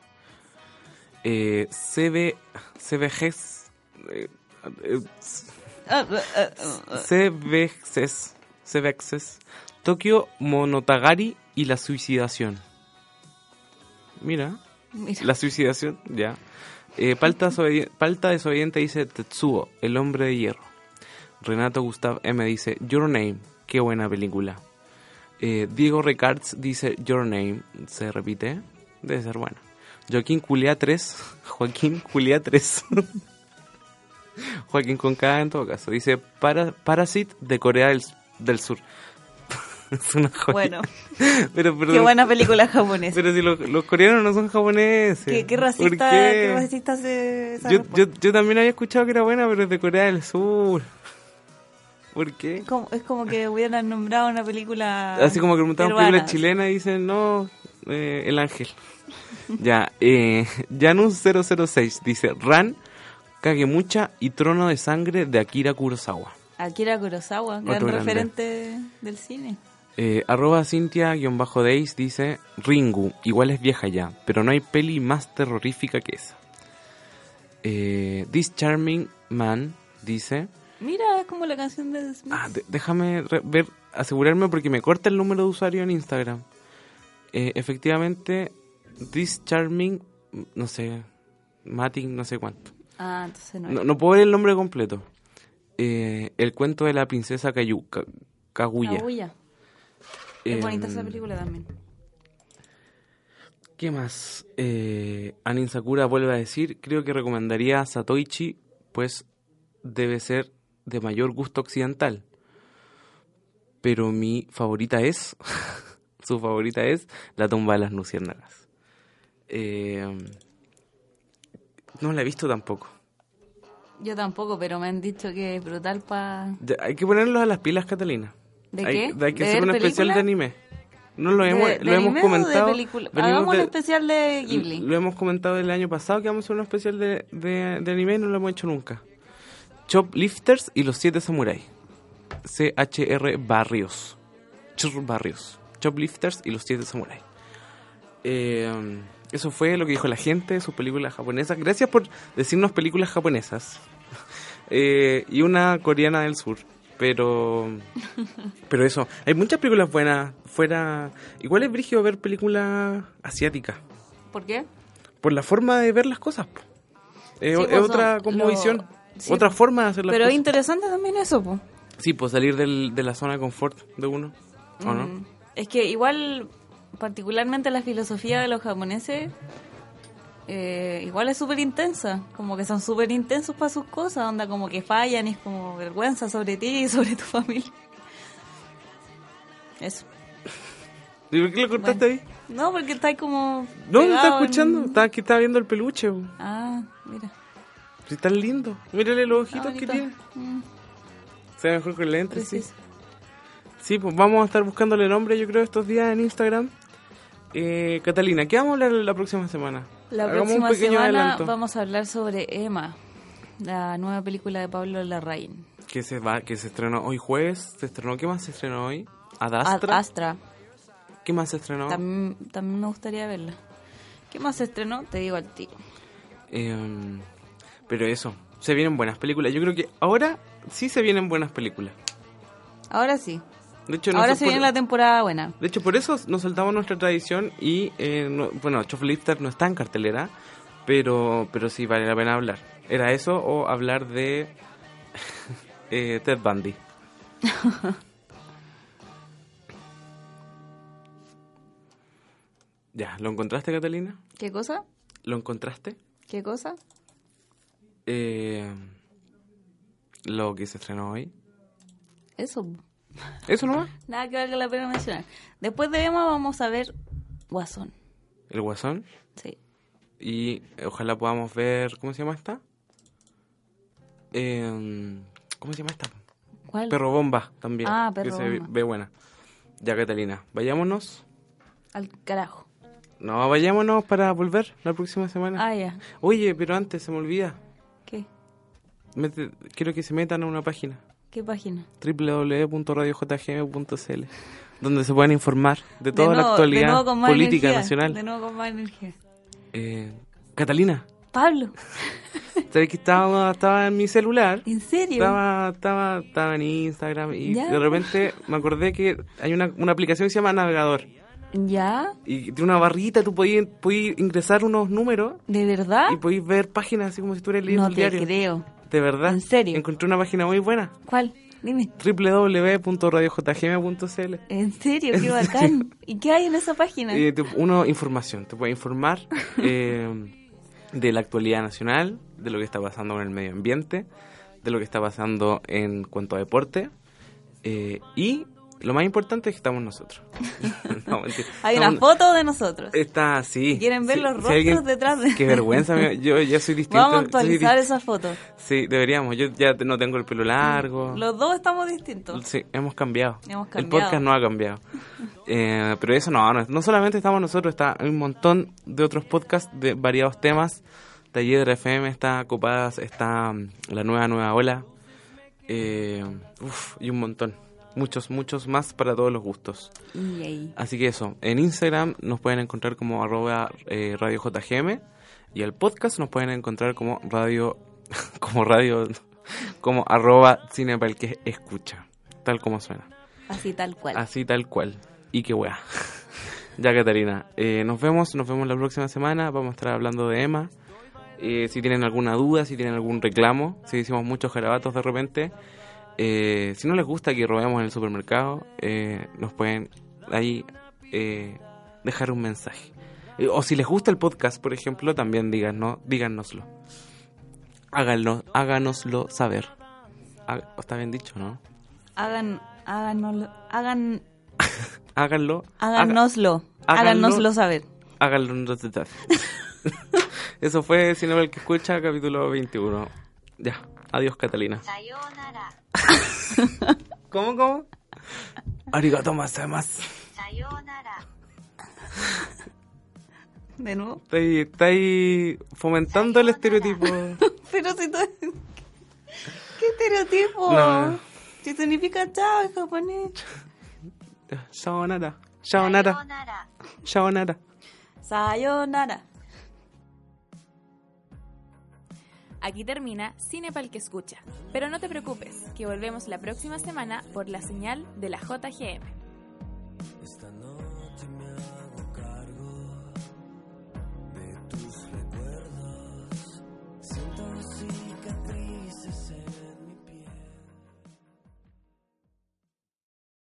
S2: Eh, CB, CBGs... eh, eh,
S3: Ah,
S2: Cebexes, Cebexes, Tokio Monotagari y la suicidación. Mira,
S3: Mira.
S2: la suicidación, ya. Eh, Palta, desobedi- Palta desobediente dice Tetsuo, el hombre de hierro. Renato Gustav M dice Your Name, qué buena película. Eh, Diego Recards dice Your Name, se repite, debe ser buena. Joaquín Culia 3, Joaquín Culia 3. Joaquín con K en todo caso. Dice para, Parasit de Corea del, del Sur. es una joya.
S3: Bueno.
S2: pero, pero-
S3: Qué buena película japonesa.
S2: Pero si los, los coreanos no son japoneses.
S3: ¿Qué, qué
S2: ¿Por
S3: racista,
S2: qué?
S3: qué racista se esa
S2: yo,
S3: respuesta?
S2: yo, yo también había escuchado que era buena, pero es de Corea del Sur. ¿Por qué?
S3: Como- es como que hubieran nombrado una película.
S2: Así como que preguntaban
S3: peruana.
S2: películas chilenas y dicen, no, eh, El Ángel. Ya, eh, Janus006 dice, Ran, Kagemucha y Trono de Sangre de Akira Kurosawa.
S3: Akira Kurosawa, gran
S2: Otro grande.
S3: referente del cine.
S2: Eh, arroba Cintia-Days dice, Ringu, igual es vieja ya, pero no hay peli más terrorífica que esa. Eh, This Charming Man dice,
S3: Mira, es como la canción de The Smiths.
S2: Ah, de- déjame re- ver, asegurarme porque me corta el número de usuario en Instagram. Eh, efectivamente, This Charming, no sé, Mating, no sé cuánto.
S3: Ah, entonces no.
S2: No, no puedo ver el nombre completo. Eh, el cuento de la princesa Kayu, Ka- Kaguya.
S3: Kaguya.
S2: Eh,
S3: Ah, Es bonita esa película también.
S2: ¿Qué más? Eh, Anin Sakura vuelve a decir, creo que recomendaría a Satoichi, pues debe ser de mayor gusto occidental. Pero mi favorita es, su favorita es La tumba de las luciérnagas. Eh, no la he visto tampoco.
S3: Yo tampoco, pero me han dicho que es brutal para...
S2: Ya, hay que ponerlos a las pilas, Catalina.
S3: ¿De
S2: hay,
S3: qué?
S2: Hay que
S3: ¿De
S2: hacer
S3: ver
S2: un especial
S3: película?
S2: de anime. No lo
S3: ¿De-
S2: hemos,
S3: de
S2: lo hemos
S3: anime o de
S2: comentado.
S3: película? Ah,
S2: venimos
S3: Hagamos un
S2: de-
S3: especial de Ghibli.
S2: Lo hemos comentado el año pasado que vamos a hacer un especial de, de- de anime y no lo hemos hecho nunca. Choplifters y los siete samuráis. CHR Barrios. Chur Barrios. Choplifters y los siete samuráis. Eh, eso fue lo que dijo la gente de sus películas japonesas. Gracias por decirnos películas japonesas. Eh, y una coreana del sur. Pero. Pero eso. Hay muchas películas buenas fuera. Igual es brígido ver películas asiáticas.
S3: ¿Por qué?
S2: Por la forma de ver las cosas. po. Eh,
S3: Sí,
S2: o-
S3: pues,
S2: es otra
S3: son
S2: cosmovisión.
S3: lo- sí,
S2: otra
S3: po.
S2: forma de hacer las
S3: Pero es
S2: cosas.
S3: interesante también eso, pues.
S2: Sí, pues salir del- de la zona de confort de uno. ¿O no?
S3: Mm, Es que igual, particularmente la filosofía de los japoneses, eh, igual es súper intensa. Como que son súper intensos para sus cosas, onda como que fallan y es como vergüenza sobre ti y sobre tu familia. Eso.
S2: ¿Y por qué lo cortaste ahí?
S3: No, porque está ahí como...
S2: No, no
S3: pegado
S2: estaba
S3: en-
S2: escuchando. Estaba aquí estaba viendo el peluche. po.
S3: Ah, mira.
S2: Sí, está lindo. Mírale los ojitos que
S3: bonito.
S2: tiene.
S3: Mm.
S2: Se ve mejor con lentes, sí. Sí, pues vamos a estar buscándole nombre, yo creo, estos días en Instagram. Eh, Catalina, ¿qué vamos a hablar la próxima semana?
S3: La
S2: Hagamos
S3: próxima
S2: un pequeño
S3: semana
S2: adelanto.
S3: vamos a hablar sobre Emma, la nueva película de Pablo Larraín.
S2: Que se va, que se estrenó hoy jueves. ¿Se estrenó? ¿Qué más se estrenó hoy? Ad
S3: Ad
S2: Astra.
S3: Astra.
S2: ¿Qué más se estrenó?
S3: También, también me gustaría verla. ¿Qué más se estrenó? Te digo al tiro.
S2: Eh, pero eso, se vienen buenas películas. Yo creo que ahora sí se vienen buenas películas.
S3: Ahora sí.
S2: De hecho,
S3: Ahora
S2: nosotros-
S3: se viene la temporada buena.
S2: De hecho, por eso nos saltamos nuestra tradición y, eh, no- bueno, Choflifter no está en cartelera, pero, pero sí vale la pena hablar. ¿Era eso o hablar de eh, Ted Bundy? ya, ¿lo encontraste, Catalina?
S3: ¿Qué cosa?
S2: ¿Lo encontraste?
S3: ¿Qué cosa?
S2: Eh, lo que se estrenó hoy.
S3: Eso.
S2: ¿Eso nomás?
S3: Nada que valga la pena mencionar. Después de Emma vamos a ver Guasón.
S2: ¿El Guasón?
S3: Sí.
S2: Y eh, ojalá podamos ver... ¿Cómo se llama esta? Em, ¿Cómo se llama esta?
S3: ¿Cuál?
S2: Perro Bomba también.
S3: Ah,
S2: que
S3: Perro
S2: se ve-
S3: Bomba.
S2: ve buena. Ya, Catalina, vayámonos.
S3: Al carajo.
S2: No, vayámonos para volver la próxima semana.
S3: Ah, ya.
S2: Oye, pero antes se me olvida.
S3: ¿Qué?
S2: Mete- quiero que se metan a una página.
S3: ¿Qué página?
S2: www.radiojgm.cl donde se pueden informar de toda
S3: nuevo-
S2: la
S3: de
S2: actualidad
S3: nuevo con más
S2: política
S3: energía,
S2: nacional.
S3: De nuevo con más energía.
S2: Eh, Catalina,
S3: Pablo,
S2: ¿sabes que estaba, estaba en mi celular?
S3: ¿en serio?
S2: Estaba, estaba, estaba en Instagram y
S3: Ya.
S2: de repente me acordé que hay una, una aplicación que se llama Navegador
S3: ¿Ya?
S2: y tiene una barrita, tú podías, podías ingresar unos números
S3: ¿De verdad?
S2: y podías ver páginas así como si estuvieras leyendo
S3: ¿Ah?
S2: el
S3: No te
S2: diario.
S3: creo.
S2: De verdad. ¿En serio? Encontré una página muy buena.
S3: ¿Cuál? Dime.
S2: www.radiojgm.cl
S3: ¿En serio?
S2: ¿En
S3: Qué bacán. ¿Y qué hay en esa página?
S2: Eh, te- uno, información. Te puede informar eh, de la actualidad nacional, de lo que está pasando con el medio ambiente, de lo que está pasando en cuanto a deporte. eh, y Lo más importante es que estamos nosotros. No, mentira.
S3: Hay una
S2: Estamos-
S3: foto de nosotros.
S2: Está así.
S3: Si quieren ver los rostros detrás de-
S2: Qué vergüenza, amigo. yo ya soy distinto.
S3: Vamos a
S2: soy
S3: actualizar
S2: dist-
S3: esas fotos.
S2: Sí, deberíamos. Yo ya te- no tengo el pelo largo.
S3: Los dos estamos distintos.
S2: Sí, hemos cambiado.
S3: Hemos
S2: El
S3: cambiado.
S2: podcast no ha cambiado. Eh, pero eso no, no, no solamente estamos nosotros, está un montón de otros podcasts de variados temas. Taller FM está Copadas, está mm, La Nueva Nueva Ola. Eh, uf, y un montón. Muchos, muchos más para todos los gustos.
S3: Yay.
S2: Así que eso, en Instagram nos pueden encontrar como arroba eh, radio JGM y al podcast nos pueden encontrar como radio, como radio, como arroba cine para el que escucha, tal como suena.
S3: Así tal cual.
S2: Así tal cual. Y qué weá. ya Catarina, eh, nos vemos, nos vemos la próxima semana, vamos a estar hablando de Emma. Eh, si tienen alguna duda, si tienen algún reclamo, si hicimos muchos garabatos de repente, eh, si no les gusta que robemos en el supermercado, eh, nos pueden ahí eh, dejar un mensaje. Eh, o si les gusta el podcast, por ejemplo, también díganos, díganoslo. Háganlo, háganoslo saber. Ha- está bien dicho, ¿no?
S3: Hagan, háganoslo, hagan,
S2: Háganlo.
S3: háganoslo,
S2: Háganlo.
S3: háganoslo saber.
S2: Háganlo en dos detalles. Eso fue Cinema el que escucha, capítulo 21. Ya, adiós Catalina. ¿Cómo, cómo? Arigato más, más.
S3: De nuevo.
S2: Estáis estáis fomentando el estereotipo.
S3: Pero si tú... ¿Qué estereotipo?
S2: No.
S3: ¿Qué significa chao en japonés?
S2: Sayonara. Sayonara. Sayonara.
S3: Sayonara.
S10: Aquí termina Cine para el que escucha. Pero no te preocupes, que volvemos la próxima semana por la señal de la JGM.